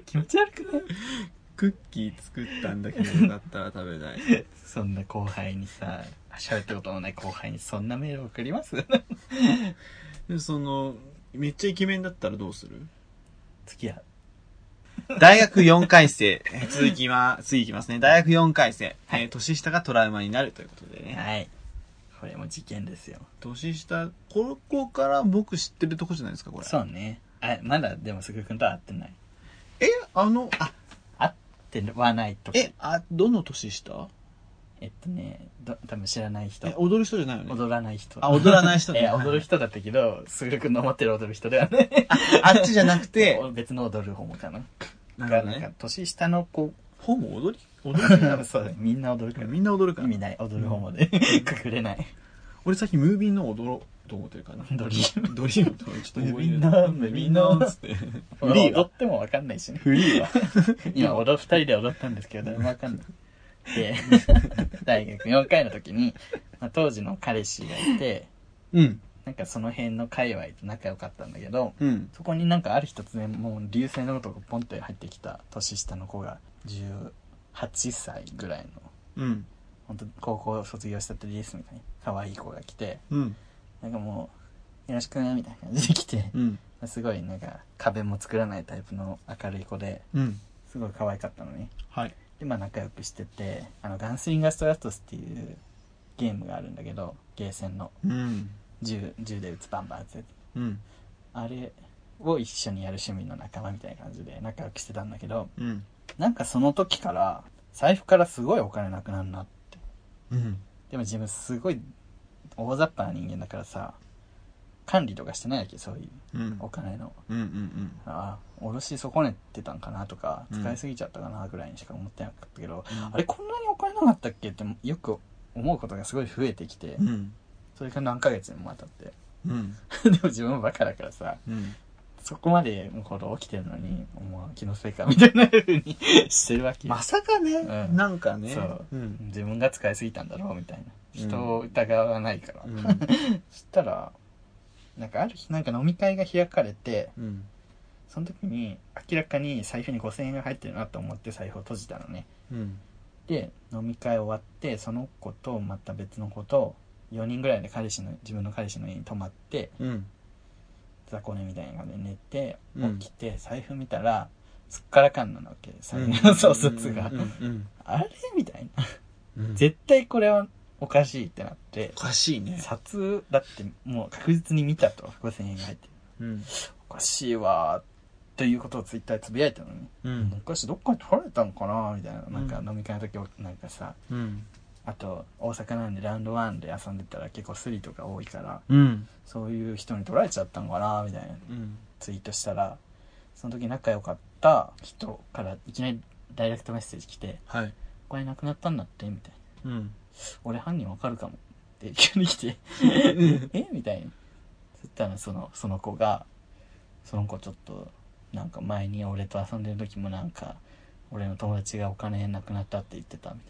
気持ち悪くない
クッキー作ったんだけど、だったら食べ ない。
そんな後輩にさ、喋ったことのない後輩にそんなメール送ります
で、その、めっちゃイケメンだったらどうする
付き合う。
大学4回生、えー続きま、次いきますね。大学4回生、
はい
えー年下がトラウマになるということでね。
はい。これも事件ですよ。
年下、ここから僕知ってるとこじゃないですか、これ。
そうね。あ、まだでもすぐくんとは会ってない。
え、あの、あ、
会ってはないとか。
え、あ、どの年下
えっとね、ど多分知らない人
え、。踊る人じゃないよね。
踊らない人。
あ、踊らない人
い や、踊る人だったけど、すぐくんの思ってる踊る人ではね。
あっちじゃなくて、
別の踊る方もかな。
な
がなんか、年下の子、
ほぼ踊り踊
そうだねみんな踊るから。
みんな踊るか
意
ら
味。ない、踊る方まで。くくれない。
俺さっきムービーの踊ろうと思ってるからな。
ドリ ー
ドリームとちょっと覚えてる
ムービーのムービーの
ムービーのつって。フリー
踊
は
ってもわかんないしね。
フリーは
今踊る二人で踊ったんですけど誰もわかんないで 大学4回の時に、まあ、当時の彼氏がいて
うん。
なんかその辺の界隈と仲良かったんだけど
うん。
そこになんかある日突然もう流星のことがポンって入ってきた年下の子が18歳ぐらい
う
の
ん。
本当高校卒業したてですみたいな可愛い子が来て
うん。
なんかもう「よろしくね」みたいな感じで来て
うん。
すごいなんか壁も作らないタイプの明るい子で
うん。
すごい可愛かったのね
はい。
で、まあ仲良くしてて、あの、ガンスリンガーストラストスっていうゲームがあるんだけど、ゲーセンの
うん。
銃、銃で撃つバンバン撃つやつ。
うん。
あれを一緒にやる趣味の仲間みたいな感じで仲良くしてたんだけど、
うん。
なんかその時から、財布からすごいお金なくなるなって。
うん。
でも自分すごい大雑把な人間だからさ、管理とかしてないわけ、そういう
うん。
お金の。
うん。うん。
ああ、おろし損ねてたんかなとか、
うん
使いすぎちゃったかなぐらいにしか思ってなかったけど、
うん
あれこんなにお金なかったっけってよく思うことがすごい増えてきて、
うん。
それが何ヶ月にもわたって。
うん。
でも自分はバカだからさ、
うん。
そこまでのこと起きてるのに、もう気のせいかみたいな風にしてるわけよ。
まさかね、
うん
なんかね。
そう
うん。
自分が使いすぎたんだろうみたいな。
うん
人を疑わないから。
うん
そしたら、なんかある日なんか飲み会が開かれて、
うん。
その時に明らかに財布に5000円が入ってるなと思って財布を閉じたのね。
うん。
で飲み会終わってその子とまた別の子と4人ぐらいで彼氏の自分の彼氏の家に泊まって
うん。
雑魚寝みたいな感じで寝て
うん
起きて財布見たらすっからかんなのわけ財布の創卒が
うん。うん
あれみたいな
うん。
絶対これはおかしいってなって
おかしいね。
札だってもう確実に見たと5000円が入ってる
うん。
おかしいわーということをツイッターでつぶやいたのに
う
お。かしいどっかに取られたんかなみたいななんか
うん
飲み会の時なんかさ
うん。
あと大阪なんでラウンドワンで遊んでたら結構スリとか多いから
うん。
そういう人に取られちゃったんかなみたいな
うん。
ツイートしたらその時仲良かった人からいきなりダイレクトメッセージ来て
はい。
「これなくなったんだってみたいな
うん。
俺犯人わかるかもって急に来て えみたいなそしたらそのその子がその子ちょっとなんか前に俺と遊んでる時もなんか俺の友達がお金なくなったって言ってたみ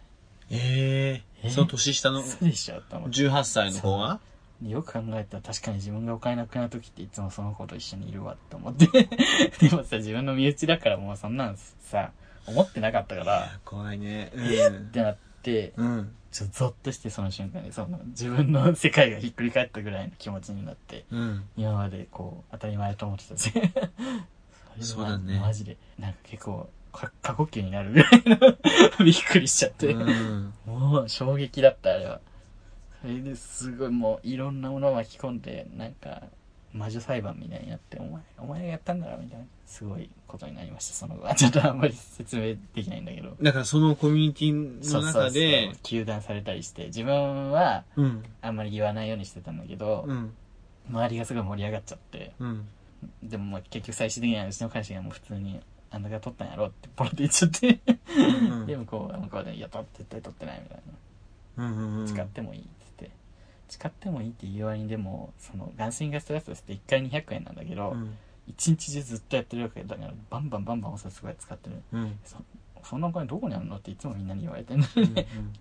ええ
え
その年下
たい
の
なそうでしょと思って
18歳の子が
よく考えたら確かに自分がお金なくなる時っていつもその子と一緒にいるわと思って でもさ自分の身内だからもうそんなんさ思ってなかったから
怖いね。
ってなって
うん。うん。
ちょっとゾッとしてその瞬間にその自分の世界がひっくり返ったぐらいの気持ちになって
うん。
今までこう当たり前だと思ってた し
そうだね
マジでなんか結構か過呼吸になるぐらいの びっくりしちゃって、
うん。
もう衝撃だったあれはそれですごいもういろんなものを巻き込んでなんか魔女裁判みたいになってお前お前がやったんだろみたいなすごいことになりましたその後はちょっとあんまり説明できないんだけど
だからそのコミュニティ
そ
の
うそ
中
うそ
で
う、糾弾されたりして自分は
うん。
あんまり言わないようにしてたんだけど、
うん。
周りがすごい盛り上がっちゃって
うん。
でもまあ結局最終的にはうちの彼氏がもう普通に「あんたが取ったんやろ」ってポロって言っちゃって、
うん
でもこう向こうで「いや取絶対取ってない」みたい
うんうんうん
な「使ってもいい」っつって「使ってもいい」って言う割にでもそのガンシンガストラストって1回200円なんだけど、
うん。
一1日中ずっとやってるわけだからバンバンバンバンお札すごい使ってる
うん。
そそんなお金どこにあるのっていつもみんなに言われて るの
う
に、
ん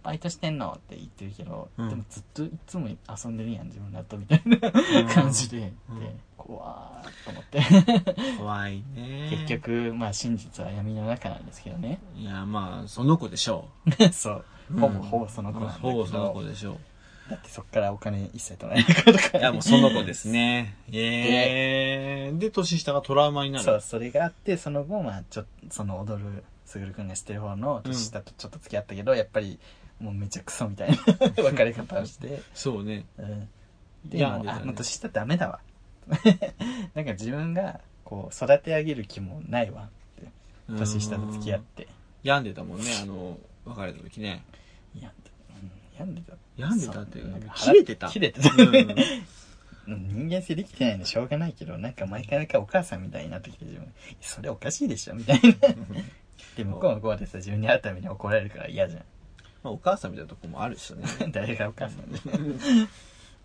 バイトしてんのって言ってるけど、
うん
でもずっといつも遊んでるやん自分だとみたいな
うん
感じで、
うん
で怖ーと思って
怖いね。
結。局まあ真実は闇の中なんですけど ね
いや、まあ、その子でしょ
そう
う。
ほぼほぼその子なんだけど
ほぼその子でしょ
だってそっからお金一切取られなかったか
う。
ら
いや、もうその子ですね。ええで、年下がトラウマになる。
そうそれがあってその後まあちょっとその踊るすぐる君がしてる方の
うん
年下とちょっと付き合ったけど、やっぱりもうめちゃくそみたいな 別れ方をして
そうね。
うん
い
で
や
もう
でだ
あ
ね
もう年下ダメだわ なんか自分がこう育て上げる気もないわ年下と付き合っ
うん
て
病んでたもんね、あの、別れた時ね。
病んで,、うん、病んでた
病んでたって
そうなんか、
切れてた。
切れてた
うんうん
うん人間性できてないんでしょうがないけどなんか毎回なんかお母さんみたいになってきて自分それおかしいでしょみたいな で向こうは向こうでさ自分に会うために怒られるから嫌じゃ
まあ、お母さんみたいなとこもあるしね。
ん 誰がお母さんで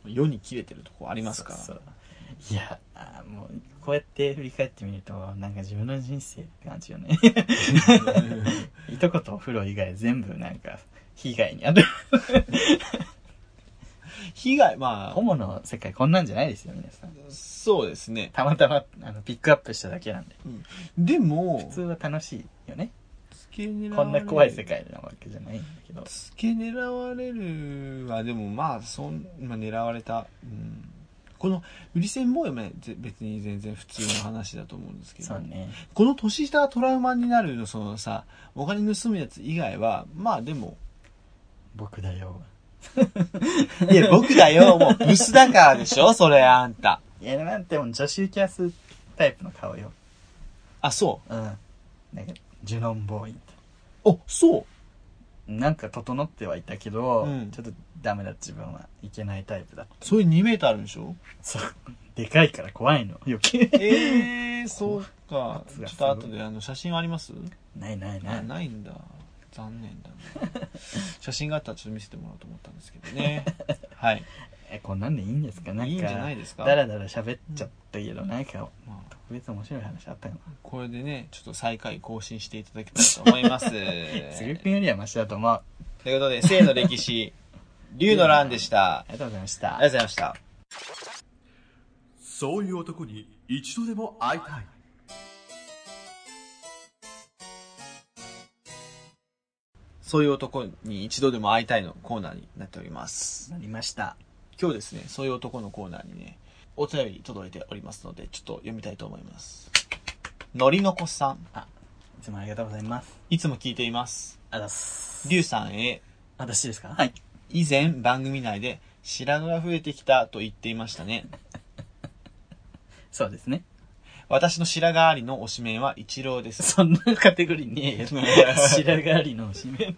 世に切れてるとこありますから。
そうそういやあーもうこうやって振り返ってみるとなんか自分の人生って感じよね 一言お風呂以外全部なんか被害にある
被害、ま
ホモの世界こんなんじゃないですよ皆さん
あ、そうですね。
たまたまあのピックアップしただけなんで
でも
普、通は楽しいよね
付け狙われる
こんな怖い世。界なわけじゃないんだけど
付け狙われるは、でもまあ、そん、まあ、狙われた。うんこの、売り線もよね、ぜ別に全然普通の話だと思うんですけど。
そうね
この年下がトラウマになるの、そのさ、お金盗むやつ以外は、まあでも、
僕だよ
いや、僕だよ、もう、ブスだからでしょ、それ、あんた。
いやなんてもう女子受けやすタイプの顔よ
あ、そ
うんなんかジュノンボーイって
う。あ、そう。
なんか整ってはいたけど、
うん
ちょっとダメだ自分はいけないタイプだ
それ2メートルあるんでしょ
そうでかいから怖いの余計
ええー、そうか。
圧
ちょ
が
っ
すご
と
い
後で、あの、写真あります
ないないな
あ、
い
ないんだ。残念だな。 写真があったらちょっと見せてもらおうと思ったんですけどね。はい。
えこんなんでいいんですかなんか
いいんじゃないですか
だらだら喋っちゃったけど、なんか
まあ、
特別面白い話あったか
これでね、ちょっと最下位更新していただけたらと思います。と
な すぐ
い
る
う
くんよりはマシだと思うあ
ことで、生の歴史、竜の乱でした。
りがとうございまし
あ
た
りがとうございました。
そういう男に一度でも会いたい。
そういう男に一度でも会いたいのコーナーになっております。
なりました
今日ですね、そういう男のコーナーにね、お便り届いておりますので、ちょっと読みたいと思います。のりのこさん、
いつもありがとうございます
いつも聞いています。
あざっす
りゅうさんへ、
私ですかはい
以前番組内で白髪が増えてきたと言っていましたね。
そうですね
私の白髪ありの推しメンは一郎です。
そんなカテゴリー ねえよ白髪ありの締め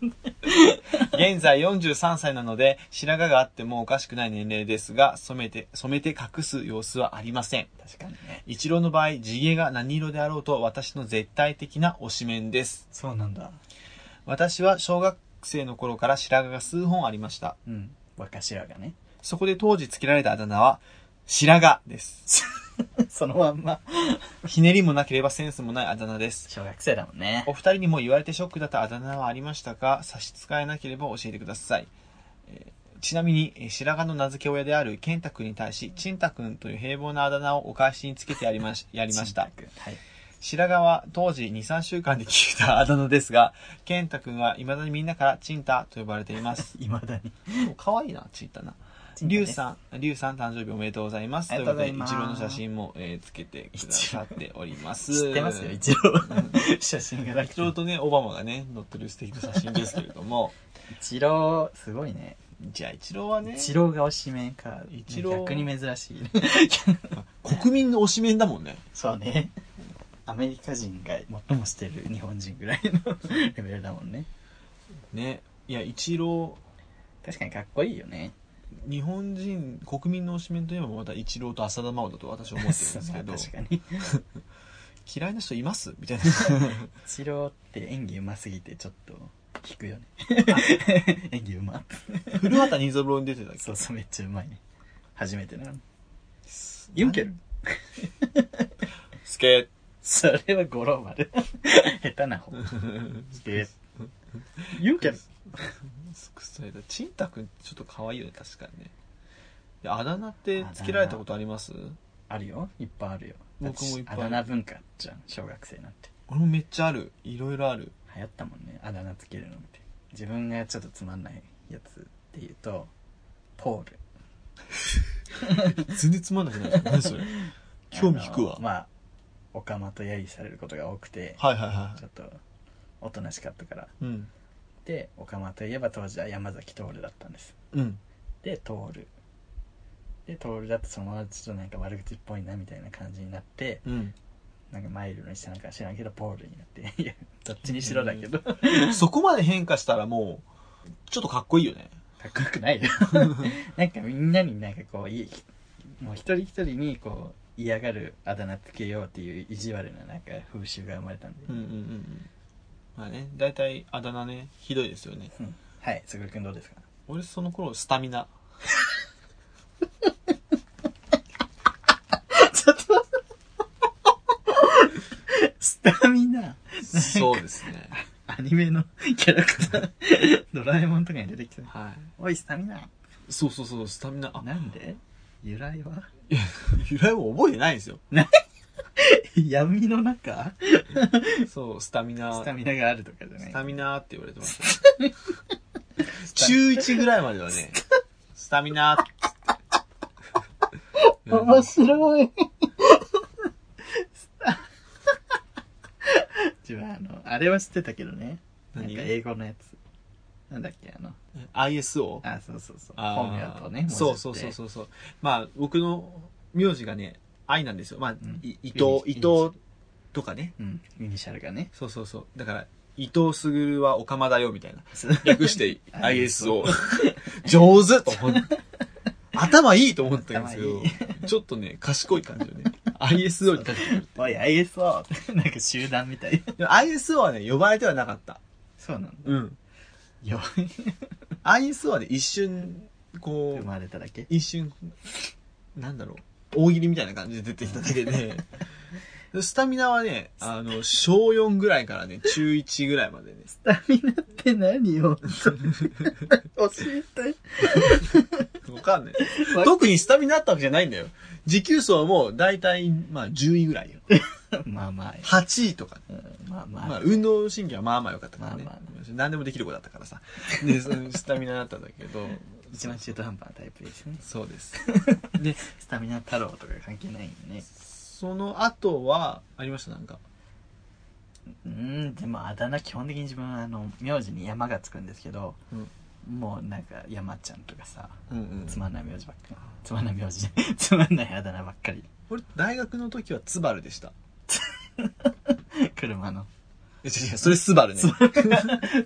現在43歳なので、白髪があってもおかしくない年齢ですが、染めて、染めて隠す様子はありません。
確かにね
一郎の場合、地毛が何色であろうと私の絶対的な推しメンです。
そうなんだ
私は小学生の頃から白髪が数本ありました。
うん。若白がね。
そこで当時付けられたあだ名は、白髪です。
そのまんま。
ひねりもなければセンスもないあだ名です。
小学生だもんね
お。二人にも言われてショックだったあだ名はありましたか差し支えなければ教えてください。えーちなみに、えー白髪の名付け親である健太君に対し、陳太君という平凡なあだ名をお返しにつけてやりまし、やりました
新。宅。はい。
白髪は当時2、3週間で聞いたあだ名ですが、健太君は未だにみんなからチンタと呼ばれています。
いまだに。
可愛いな、チンタな。
リ
リュ
ュ
ウ
ん。
さん、リュウさん誕生日おめでとうございます。
ありがとうございます
ということで、イチローの写真も、えーつけてくださっております。
知ってますよ、一郎。 写真がだ
イチローとね、オバマがね、載ってる素敵な写真ですけれど も、
一郎、すごいね。
じゃあイチローはね、
一郎が推しメンか。
一郎
逆に珍し い。
国民の推しメンだもんね。
そうね。アメリカ人が最もしてる日本人ぐらいのレベルだもんね。
ね。いや、イチロ
確かにかっこいいよね。
ー、日本人、国民の推しメンといえばまたイチローと浅田真央だと私は思ってるん ですけど、
確かに。
嫌いな人いますみたいな。
一郎って演技うますぎてちょっと引くよね。 演技うま。
古畑任三郎に出てたっけ
そうそう、めっちゃうまいね。初めてなの。ユンケル
スケ
それは五郎丸。 下手な方。で、ユ ンケル
クソやだちんたくんちょっと可愛いよね確かにねいやあだ名ってつけられたことあります
あるよ。いっぱいあるよ。
僕もいっぱいあ
あ
る
だ名文化じゃん、小学生なんて。
俺もめっちゃあるいろいろある
流行ったもんねあだ名つけるのって自分がちょっとつまんないやつっていうとポール
全然つまんなくない何それ 興味引くわ
あのまあオカマと揶揄されることが多くて、
はいはいは
ちょっとおとなしかったから
いうん
でオカマといえば当時は山崎徹だったんです
うん
で徹で徹だとそのままちょっとなんか悪口っぽいなみたいな感じになって
うん
なんかマイルドにしたのか知らんけどポールになっていやどっちにしろだけどかっ
そこまで変化したらもうちょっとかっこいいよね
こよくないよなんかみんなになんかこういいもう一人一人にこう嫌がるあだ名つけようっていう意地悪ななんか風習が生まれたんで、
うんうんうんうんまあね大体あだ名ねひどいですよね
うんはい卓君どうですか
俺その頃スタミナ
スタミナ
そうですね
アニメの キャラクター ドラえもんとかに出てきた
は
おいスタミナ
いそうそうそうスタミナあ
なんで由来は
由来を覚えてないんですよ
闇の中
そうスタミナ
スタミナがあるとかじゃない
スタミナーって言われてま した。中1ぐらいまではね、スタミナーって言って。うん
白い 自分あのあれは知ってたけどねなん
何
か英語のやつなんだっけあの
?ISO?
あそうそうそう
あー
本名とね文字って
そうそうそうそうそう。まあ、僕の名字がね、愛なんですよ。まあ、
ん
い伊藤、
いい
伊藤とかね。
うんイニシャルがね
そうそうそう。だから、伊藤すぐるはオカマだよ、みたいな。
そう
略して ISO。上 手と思って。頭いいと思ったんですけ
頭
ど
いい、
ちょっとね、賢い感じよね。ISO に立ってる。
おい ISO なんか集団みたい
でも ISO はね、呼ばれてはなかった。
そうなの
うん。
よ
ISO はね、一瞬、こ
生
う、
まれただけ
一瞬、なんだろう、大喜利みたいな感じで出てきただけ で、でスタミナはね、あの、小4ぐらいからね、中1ぐらいまでね。
スタミナって何を 教えて
わかんない。特にスタミナあったわけじゃないんだよ。持久走はもう、だいたい、まあ、10位ぐらいよ。
まあまあ、
8位とか。
うんまあまあ、
まあ、運動神経はまあまあ良かったからね。
まあま
何でもできる子だったからさ。で、そのスタミナだったんだけど、
一番中途半端なタイプですね
そうです。
スタミナ太郎とか関係ないよね
その後は、ありました、なんか。
うんでもあだ名基本的に自分はあの名字に山がつくんですけど、もうなんか山ちゃんとかさ
うんうん
つまんない名字ばっかりつまんない名字じゃないつまんないあだ名ばっかり
俺、大学の時はツバルでした。
車の
いや違う違う、それスバルね。ツ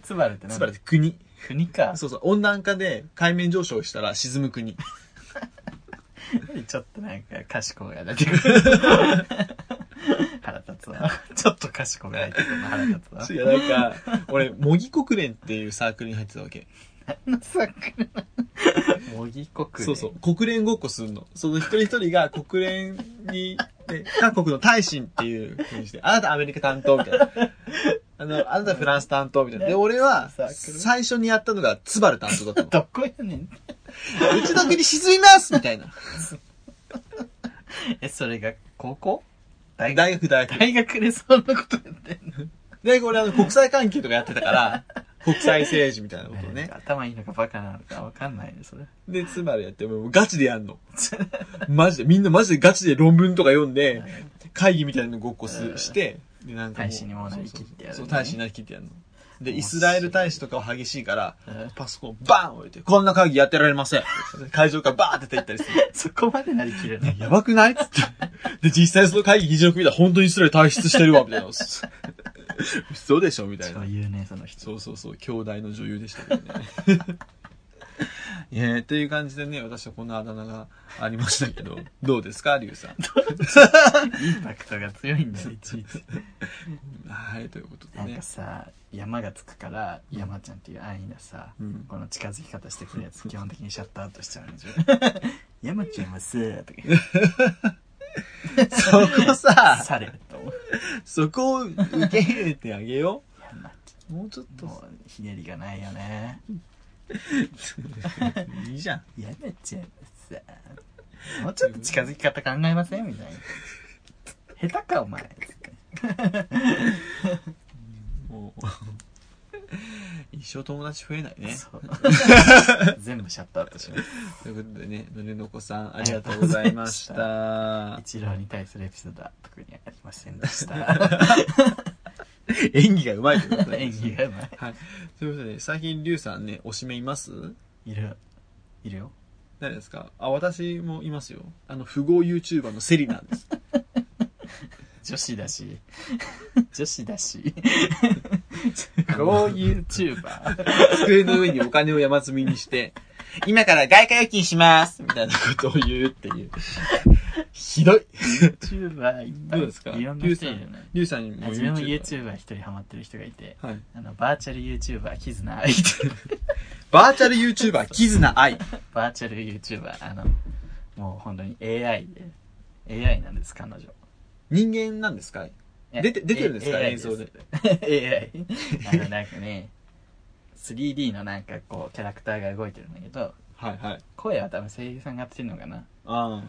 つばるってなん
バ
だ
ルって国。
国か
そうそう、温暖化で海面上昇したら沈む国。
ちょっとなんか賢いが出てくる腹立つわ。 ちょっと賢くないけどな腹立つわ。
いや、なんか、俺、模擬国連っていうサークルに入ってたわけ。
何の作模擬国連
そうそう。国連ごっこすんの。その一人一人が国連に、ね、各国の大使っていう風にして、あなたアメリカ担当みたいな。あの、あなたフランス担当みたいな。で、俺は
サ、ークル
最初にやったのが、ツバル担当だったの。
どこやね
う
ん。
ちの国沈みますみたいな。
え、それが高校大
大学、大学。
大学でそんなことやってんの
大学俺、あの、国際関係とかやってたから、 国際政治みたいなことをね。
頭いいのかバカなのかわかんないね、それ。
で、ツバルやって、もうガチでやんの。 マジで、みんなマジでガチで論文とか読んで、会議みたいなのごっこすして、で、なんかう
大使にもなりきってやる
そ
の
う、
ね
大使になりきってやるの。で、
面白い
イスラエル大使とかは激しいから
うん、
パソコンバーン置いて、こんな会議やってられません。会場からバーンって出て行ったりす る。
そこまでなりきれない。
やばくないつって。で、実際その会議議事録見たら、本当にイスラエル退出してるわ、みたい な。嘘でしょみたいな
そう。いうね、その人。
そうそうそう、兄弟の女優でしたけ どね。いやっていう感じでね、私はこんなあだ名がありましたけど、どうですか、リュウさん。
インパクトが強いんだよ、いちいち。
はい、ということで
なん
ね
か。さ、山がつくから、山ちゃんっていう安易なさ、
うん
この近づき方してくるや つ、基本的にシャットアウトしちゃうん ですよ。山ちゃんはさ、とか言っ
そこ
て、
さ、
されると思う。
そこを受け入れてあげよ
山ち
う。もうちょっ
ゃん、も
と、
うひねりがないよね。
いいじゃん。
山ちゃんはさ、もうちょっと近づき方考えませんみたいな。下手か、お前。
もう。 一生友達増えないね。
そう全部シャットアウトします。
ということでね、のりのこさん、ありがとうございました。
一郎に対するエピソードは特にありませんで した。
演技がうまいってことで
演
す
技がうまい。
はい。ということで、最近、リュウさんね、おしめいます
いる、いるよ。
誰ですかあ、私もいますよ。あの、富豪 YouTuber のセリなんです。
女子 だし女子だしこう YouTuber
机の上にお金を山積みにして、今から外貨預金しますみたいなことを言うっていう。ひどい。
YouTuber いっぱい
どうですか
いろんな人いるよね
リュウさんにも
自分も
YouTuber
YouTuber 一人ハマってる人がいて
はい。
あのバーチャル YouTuber キズナアイと
バーチャル YouTuber、キズナアイ。
バーチャル YouTuber あのもう本当に AI で AI なんです彼女
人間なんですか
いや
出て出てるんですか
AI
映像で
AI あのなんかね 3D のなんかこうキャラクターが動いてるんだけど
はいはい。
声は多分声優さんがやってるのかな
あ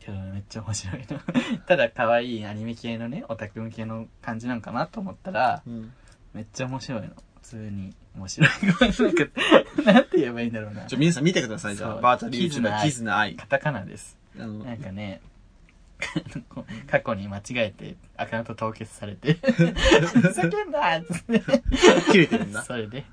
けどめっちゃ面白いな ただ可愛いアニメ系のねオタク向けの感じなんかなと思ったら
ー うん。
めっちゃ面白いの普通に面白い ごめんなんかなんて言えばいいんだろうな
ちょ、皆さん見てください、じゃ
そ
あ。
う
バーチャル YouTuber、キ
キ
ズ
ズ
ナアイ。
カタカナです
あの
なんかね こう過去に間違えてアカウント凍結さ れて叫んだっつって
切れてるんだ。
それで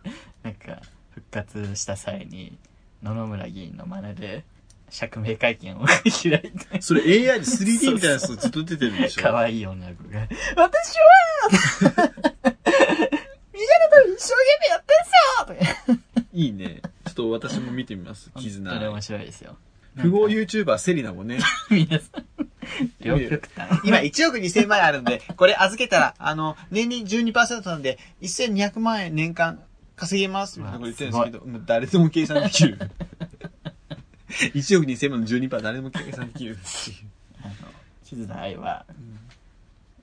なんか復活した際に野々村議員の真似で釈明会見を 開いて
それ AI で 3D みたいなやつずっと出てるんでしょ
可愛い女の子が、私はみんなのために一生懸命やってるさ
いいね。ちょっと私も見てみます。
とか。本当に
絆
面。白いですよ。
富豪 YouTuber セリナもね。
皆さん、両極端。
今1億2000万円あるんで、これ預けたら、あの、年利12%なんで、1200万円年間稼げます。みたいなこと言ってるんですけど、もう誰でも計算できる。1億2000万の12%誰でも計算できるっていう。
あの、キズナ愛は、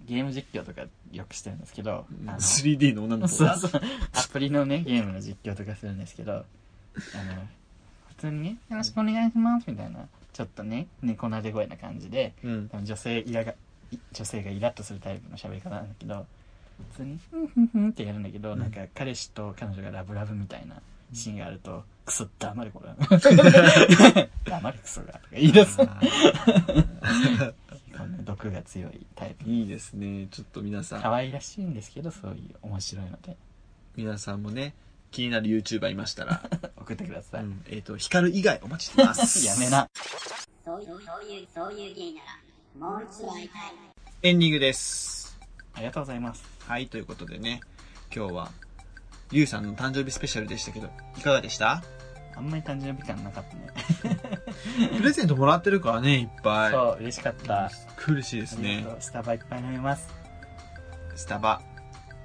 ゲーム実況とかよくしてるんですけど、あの、そ
3D の女の
う
子
そう
が。
アプリのね、ゲームの実況とかするんですけど、あの、普通にね、よろしくお願いします、みたいな、ちょっとね、猫なで声な感じで、
うん。
多分女性イラがい女性がイラッとするタイプの喋り方なんだけど普通に「ふんふんふん」ってやるんだけど、なんか彼氏と彼女がラブラブみたいなシーンがあると「クソ黙れこ れ」「黙れクソが」とか言い出すこ
あ
んな毒が強いタイプ
ーいいですね。ちょっと皆さん
可、愛らしいんですけどそういう面白いので
皆さんもね、気になる YouTuber いましたら、
送ってくださ
う
い、
んえっと、光る以外お待ちしてます。
やめ。な
そういう、そういう、そういう芸なら、もう一度会いたい。
エンディングです。
ありがとうございます
はい、ということでね、今日は、リュウさんの誕生日スペシャルでしたけど、いかがでした
あんまり誕生日感なかったね。
プレゼントもらってるからね、いっぱい。
そう、嬉しかった。あ
苦しいです
り
ね
が。とうスタバいっぱい飲みます。
スタバ。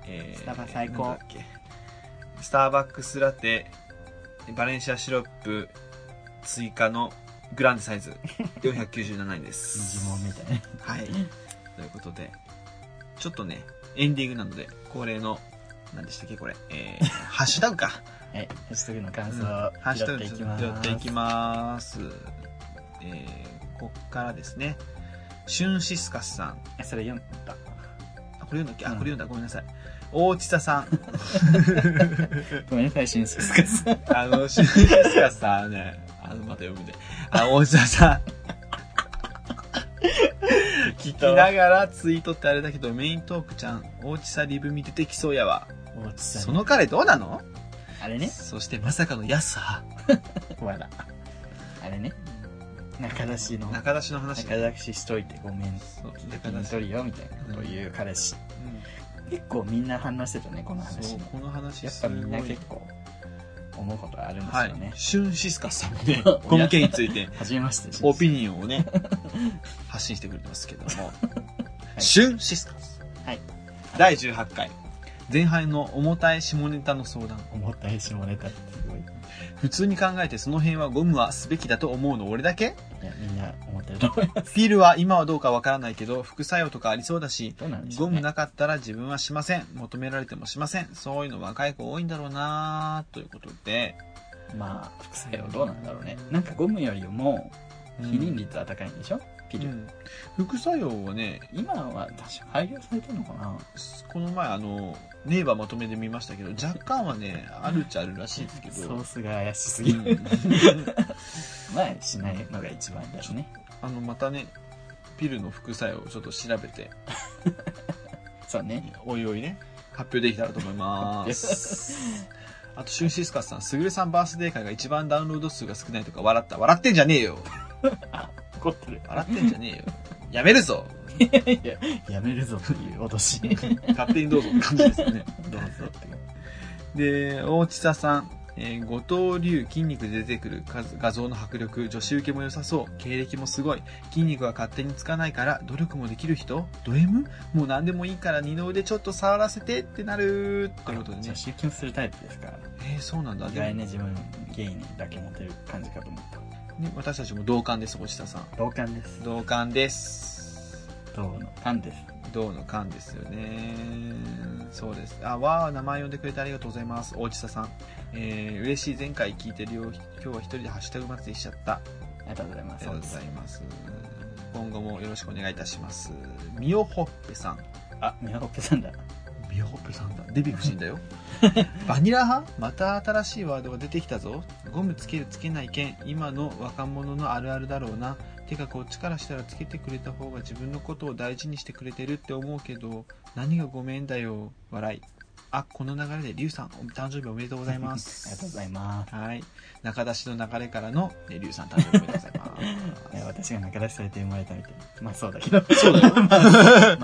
えー
スタバ最高
なんだっけスターバックスラテ、バレンシアシロップ、追加のグランデサイ ズ、497円で
疑
す。
問みたいな。
はい。ということで、ちょっとね、エンディングなので、恒例の、何でしたっけ、これ。えー、ハッシュタグか。
はい、ハッシュタグの感
うん
想
ハッシュ
を
タ
拾っ
グ
ていきます。
拾っていきます。えー、こっからですね、シュンシスカスさん。
えそれ読んだ。
あ、これ読んだっけあ、
うん
これ読んだ。ごめんなさい。大地田さん。
ごめんなさい、シンススカさん。
あの、シュンシスカスさんね、あの、また読むで。あ、大地田さ ん。聞きながらツイートってあれだけど、メイントークちゃん、大地さリブ見出てきそうやわ。
大地さん。
その彼どうなの
あれね、
そしてまさかの安さ。
わら。あれね、仲出しの、
中
仲
出しの話ね。
出ししといてごめん。
そう
責任
うん
取るよ、みたいなことを言う彼氏。結構みんな反応してたね、この話
そう
に。
この話
やっ
す
ぱ
ご
みんない結構、思うことあるんです
は
よ
い
ね。
シュンシスカさんもね この件について
はじめまして、シンス
オピニオンをね 発信してくれてますけども、シュンシスカス
はい
第18回前半の重たい下ネタの相談
重たい下ネタってすごい。
普通に考えてその辺はゴムはすべきだと思うの俺だけ
いや、みんな思ってると 思います。
ピルは今はどうかわからないけど副作用とかありそうだし
どうなんでしょ
ゴ
うね
ムなかったら自分はしません求められてもしませんそういうの若い子多いんだろうなということで
まあ、副作用どうなんだろうね。なんかゴムよりも、避妊率は高いんでしょ、ピル。
うん副作用はね
今は確か廃業されてるのかな
この前あのネイバーまとめで見ましたけど若干はねあるっちゃあるらしいですけ
ソ
ど
ースが怪しすぎ
う
る
ん
まあしないのが一番だよね
あのまたねピルの副作用をちょっと調べて
そうね
おいおいね発表できたらと思い ますあとシュンシスカスさんすぐるさんバースデー会が一番ダウンロード数が少ないとか笑った笑ってんじゃねえよ
怒ってる
笑ってんじゃねえよやめる ぞ
やめるぞという脅し
勝手にどうぞって感じですよね
どうぞって
で大地佐さん、えー後藤龍筋肉で出てくる画画像の迫力女子受けも良さそう経歴もすごい筋肉は勝手につかないから努力もできる人ド M もう何でもいいから二の腕ちょっと触らせてってなるってことでね
じゃあ集金するタイプですから
えーそうなんだ
意
で
外
も
ね自分ゲイにだけモテる感じかと思った
ね私たちも同感です大地佐さん
同感です
同感です
同の感です
同の感ですよねそうですあわあ名前呼んでくれてありがとうございます大地佐さんえー、嬉しい前回聞いてるよ今日は一人でハッシュタグ祭りしちゃった
ありがとうございま
あり
す
がとうございます。今後もよろしくお願いいたします。みおほっぺさん。
あ宮本さ んだ
みおほっぺさんだ。デヴィ夫人 だよ。バニラ派また新しいワードが出てきたぞ。ゴムつけるつけない件、今の若者のあるあるだろうな。てかこっちからしたらつけてくれた方が自分のことを大事にしてくれてるって思うけど、何がごめんだよ。笑い。あ、この流れでリュウさん、お誕生日おめでとうございます。
ありがとうございます
はい。中出しの流れからの、えリュウさん誕生日おめでとう ござい
いや
ます。
私が仲出しされて生まれたみたいなまあそうだけど
そうだよ。
ま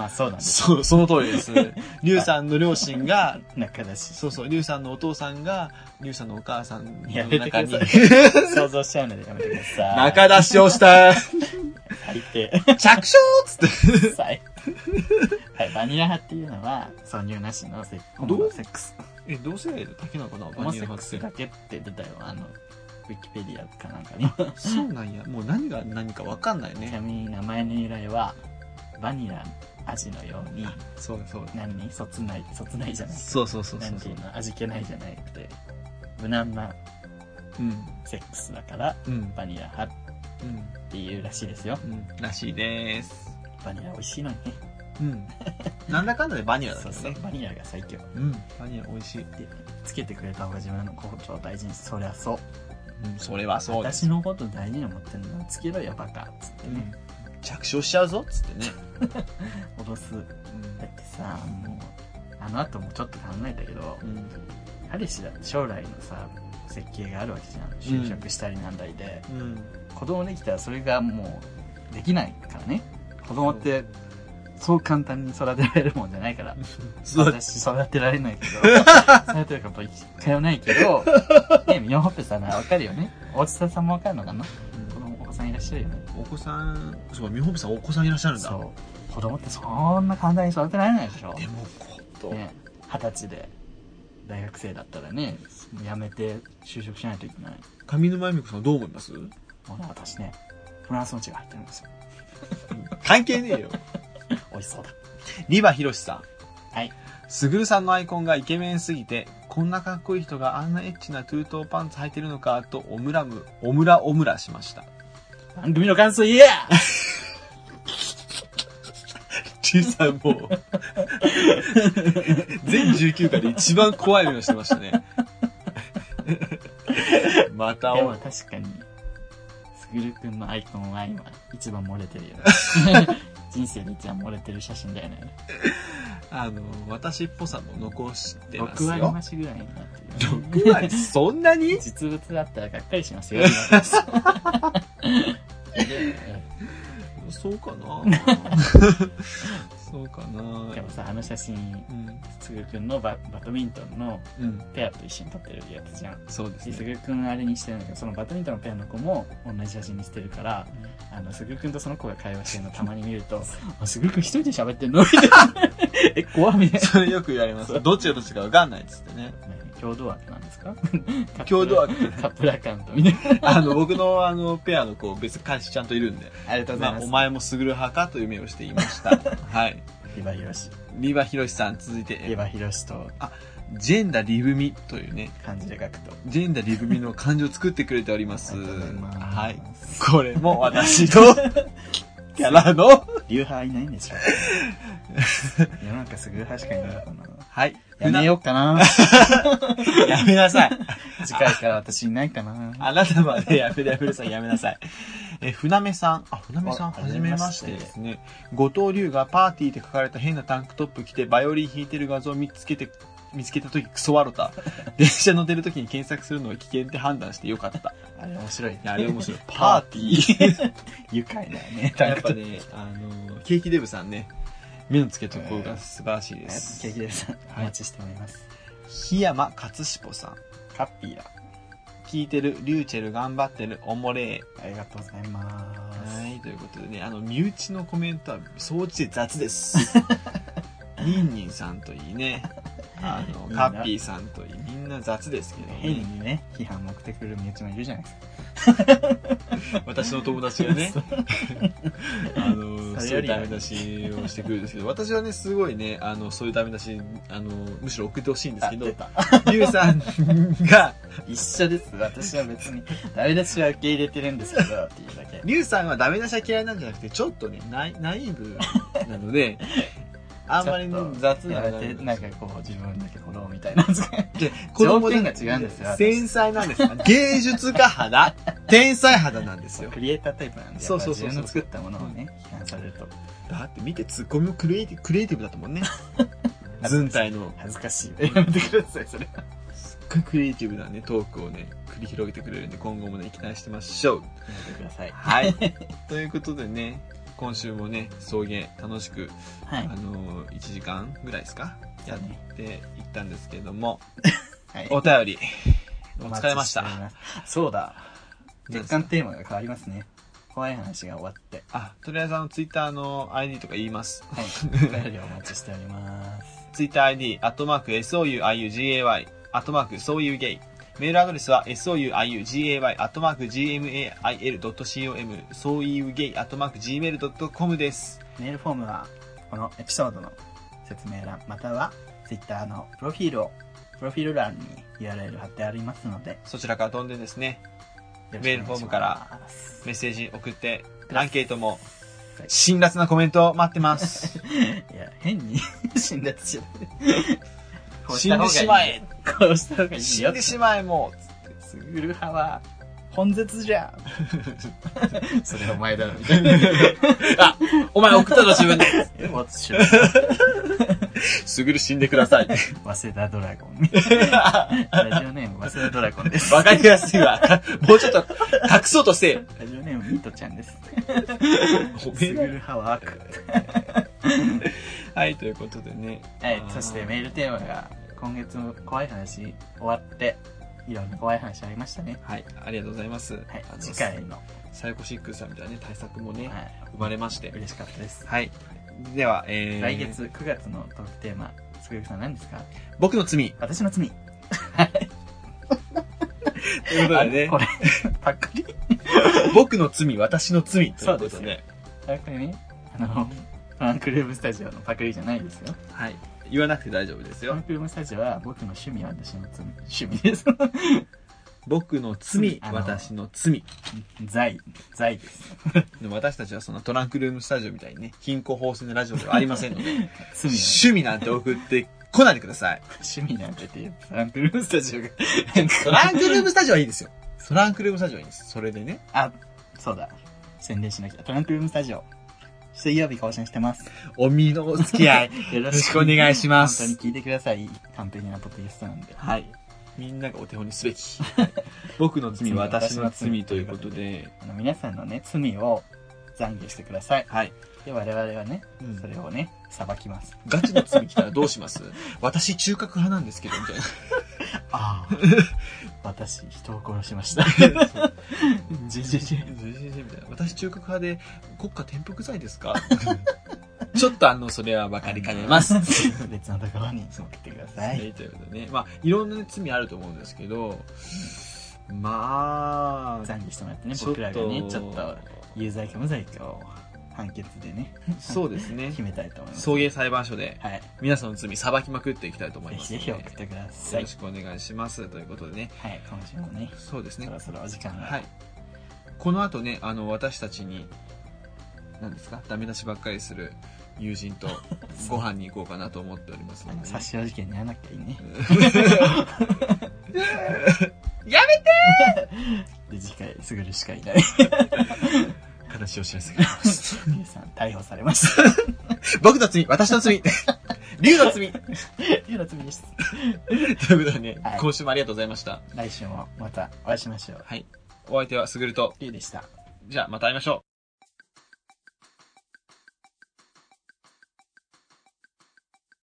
あそうな んです
そう、その通りです。リュウさんの両親が、
仲出し
そうそう、リュウさんのお父さんが、リュウさんのお母さんの
やめてく
中
だ
に
さい、想像しちゃうのでやめてください
中出しを した、
最 低
着床っつって。
最低はいバニラ派っていうのは挿入なしのセホモのセックス
え、同性愛だけなのかな
ホ
バ
モ
ニ
セ
ラ
ック
発
ス
生
だ。けって出たよあのウィキペディアかなんかにち
そうなんや。もう何が何かわかんない
な
ね。
みに名前の由来はバニラ味のように
そうそう。
何そつないそつないじゃない
そうそうそう
な
そ
ん
う
ていうの味気ないじゃなくて無難な
うん。
セックスだから
うん。
バニラ派っていうらしいですよ
うん。うん。らしいです。
バニラ美味しいのにね
うん。なんだかんだでバニラだ
そ
け
う
ど
そう
ね。
バニラが最強
うん。バニラ美味しい。
でつけてくれた方が自分のことを大事にそりゃそう
うん。それはそうです。
私のこと大事に思ってんのつけろよバカっつって
う
ね
ん。着床しちゃうぞっつってね。
脅すだってさもうあの後もちょっと考えたけど
うん。うん。
彼氏だって将来のさ設計があるわけじゃん就職したりなんだりで、
うん。
子供できたらそれがもうできないからね子供ってそう簡単に育てられるもんじゃないから。
そう
私育てられないけど、 育てること一回もないけど、ね、ミオンホッペさんならわかるよね。大津さんもわかるのかな子供、お子さんいらっしゃるよね。
お子さんそうか美穂さんお子さんいらっしゃるんだ
そう。子供ってそんな簡単に育てられないでしょ。
でもこと、
ね、二十歳で大学生だったらね、辞めて就職しないといけない。
上沼恵美子さんどう思います
もうね私ね、フランスの血が入ってるんですよ。
関係ねえよ
美味しそうだ。
リバヒロシさん
はい。
すぐるさんのアイコンがイケメンすぎてこんなかっこいい人があんなエッチなトゥートーパンツ履いてるのかとオムラムオムラオムラしました
番組の感想言え や
ちいさんもう 全19回で一番怖い目をしてました ねまた
で
お
も確かに、すぐるくんのアイコンは今、一番漏れてるよ ね。人生で一番漏れてる写真だよね。
あの私っぽさも残してます
6
よ
割増しぐらいになってるよね。
6割そんなに
実物だったらがっかりしま すよ。 今で
そうかな そうかな
でもさ、あの写真、
うん、
すぐるくんのババドミントンの
うん、
ペアと一緒に撮ってるやつじゃん。
そうです
で、す
ね
ぐるくんあれにしてるんだけど、そのバドミントンのペアの子も同じ写真にしてるから、あの、すぐるくんとその子が会話してるのたまに見ると、あ、すぐるくん一人で喋ってんのみた いな。え、怖みたいな。
それよく言われますどっちがどっちか分かんないっつって ね
共同枠なん ですか
共同枠
カップルアカウントみたいな。
あの僕のあのペアの子別に彼氏ちゃんといるんで
ありがとうござい
まあ
ま、す。
お前もすぐる派かという目をしていま したはい
リバヒロシ。
リバヒロシさん続い
リ
て
バヒロシと
ジェンダリブミというね
漢字で書くと。
ジェンダリブミの漢字を作ってくれております
ありがとうございます
はいこれも私 のキャラの
流派はいないんで しょ世の中すぐ流派しかいないのか
はい
な。やめようかな。
やめなさい
次回から私いないかな。
あなたまでやめてください、やめなさい。え、船目さん。あ、船目さん、
あ
はじめましてですね。後藤龍がパーティーって書かれた変なタンクトップ着て、バイオリン弾いてる画像を見つけて、見つけた時クソ笑 った。電車乗ってる時に検索するのは危険って判断してよかった。
あれ面白い ね
い。や、あれ面白い。パーティー。
愉快だよね。
やっぱね、あの、ケーキデブさんね、目のつけところが素晴らしいで
ケ
す。
ーキです。お待ちしております。
檜山勝彦さん。
カッピーだ。
聞いてる、リューチェル頑張ってる、おもれー。
ありがとうございます。
はい、ということでね、あの、身内のコメントは総じて雑 です。ニンニンさんといいね、あの、
いいな
カッピーさんといい、みんな雑ですけど
変
ね。
にね、批判持ってくる身内もいるじゃないですか。
私の友達が ね、あの、
そ
そういう
れより
ダメ出しをしてくるんですけど、私はね、すごいね、あの、そういうダメ出し、あの、むしろ送ってほしいんですけど
あ出、た
リュウさんが、
一緒です。私は別に、ダメ出しは受け入れてるんですけど、っていうだけ。
リュウさんはダメ出しは嫌いなんじゃなくて、ちょっとね、ナイナイーブなの で、あんまりね
ちょっと
雑な
やめてなんかこう、自分だけフォローみたいなやつが。
で、
条件が違うんですよ
繊細なんです。芸術家 肌、天才肌なんですよ
ク。リエイタータイプなんで、
そうそうそうそう
やっぱ自分の作ったものをね、批判されると、
だって見てツッコミもクリエイティブクリエイティブだったも んね。ずんたいの、
恥ずかしいよ。やめてください、それは。
すっごいクリエイティブなね、トークをね、繰り広げてくれるんで、今後もね、期待してましょう。
やめてください。
はい。ということでね、今週もね、送迎楽しく、
は
あ
い。
のー、1時間ぐらいですか
そ
や
うね
っていったんですけれども、
はい。
お便り、お疲れました。
待ちておりますそうだ。若干テーマが変わりますね。怖い話が終わって。
あ、とりあえずあの、ツイッターの ID とか言います。
はい。お便りお待ちしております。
ツイッター ID、アットマーク、souiugay、アットマーク、そういうゲイ。メールアドレスは、souiugay、アットマーク、gmail.com、そういうゲイ、アットマーク、gmail.com です。
メールフォームは、このエピソードの説明欄、または Twitter のプロフィールを、プロフィール欄に URL 貼ってありますので、
そちらから飛んでですね、
よろしくお願いします
メールフォームから。メッセージ送って、アンケートも
は、い
辛辣なコメント待ってます。
いや、変に死んだつよ。こう
死
た
んで
方がいい
しまえ
こうした方 がいいよ。
死んでしまえも
すぐる派は、本絶じ ゃ。それお前だろ、みたいな。
うお前送ったぞ自分で
え、もつし
すぐる死んでください。
早稲田ドラゴン。 ラジオネーム、早稲田ドラゴンです。
わかりやすい わ。もうちょっと隠そうとして。
ラジオネーム、ミートちゃんです。
お
すぐる
めえ
派は悪。
はい、ということでね。
はい、そしてメールテーマが今月の怖い話終わっていろんな怖い話ありましたね
はい、ありがとうございます。
はい
あの
次回の、は
サイコシックスさんみたいなね、対策もね、
い、
生まれまして。
嬉しかったです、
はい。では、えー、
来月9月のトークテーマすぐるさん何ですか
僕の罪。
私の罪
ということでね
こ、れ パックリ
僕の罪、私の罪ということ
そう
で、
でパクリあのトランクルームスタジオのパクリじゃないですよ
はい。言わなくて大丈夫です
トラン
よ。
クルームスタジオは僕の趣味私の罪趣味です
僕の罪、
あの
私の罪。
罪罪です
でも私たちはそのトランクルームスタジオみたいにね、貧困法制のラジオではありませんので、
罪の
趣味なんて送ってこないでください。
趣味なんてっていうトランクルームスタジオがなんか
トランクルームスタジオはいいですよ。トランクルームスタジオはいいんです。それでね、
あ、そうだ。宣伝しなきゃ。トランクルームスタジオ。水曜日更新してます。
お身のお付き合い。
よろ
よろしくお願いします
本当に聞いてください。完璧なポッドキャストなんで。
はい。みんながお手本にすべき。僕の罪、
罪
私の
私の
罪
罪
ということで、
あの、皆さんのね、罪を懺悔してください。
はい。
で、我々はね、
うん
それをね、裁きます。
ガチの罪来たらどうします私、中核派なんですけど、みたいな。
ああ。 私、人を殺しました。じじじ。
私中核派で国家転覆罪ですかちょっとあのそれは分かりかねます。は。
別のところに送ってください。
い、ということでねまあいろんなね罪あると思うんですけどまあ
懺悔してもらってね、僕らがね、ちょっと、有罪か無罪かを判決でね、
そうですね
決めたいと思います。
送迎裁判所で
はい。
皆さんの罪裁きまくっていきたいと思い
ぜ
ま
ひ
す
ぜ
ので
ひ送ってくださ
よ
い
ろ。しくお願いしますということでね
はい、今週もね、
そうですね
そろそろお時間が。
はい。この後ね、あの、私たちに、何ですかダメ出しばっかりする友人 とご飯に行こうかなと思っております
あ
の
の
で、
殺傷事件にならなきゃいいね。
や
めて で、次回、すぐるしかいない。
悲しいお知らせがあります。
皆さん、逮捕されま した。
僕の罪、私の 罪、竜の罪
よろしみです。
ということでね、
はい
今週もありがとうございました。
来週もまたお会いしましょう。
はい。お相手はすぐると、
りゅうでした。
じゃあまた会いましょう。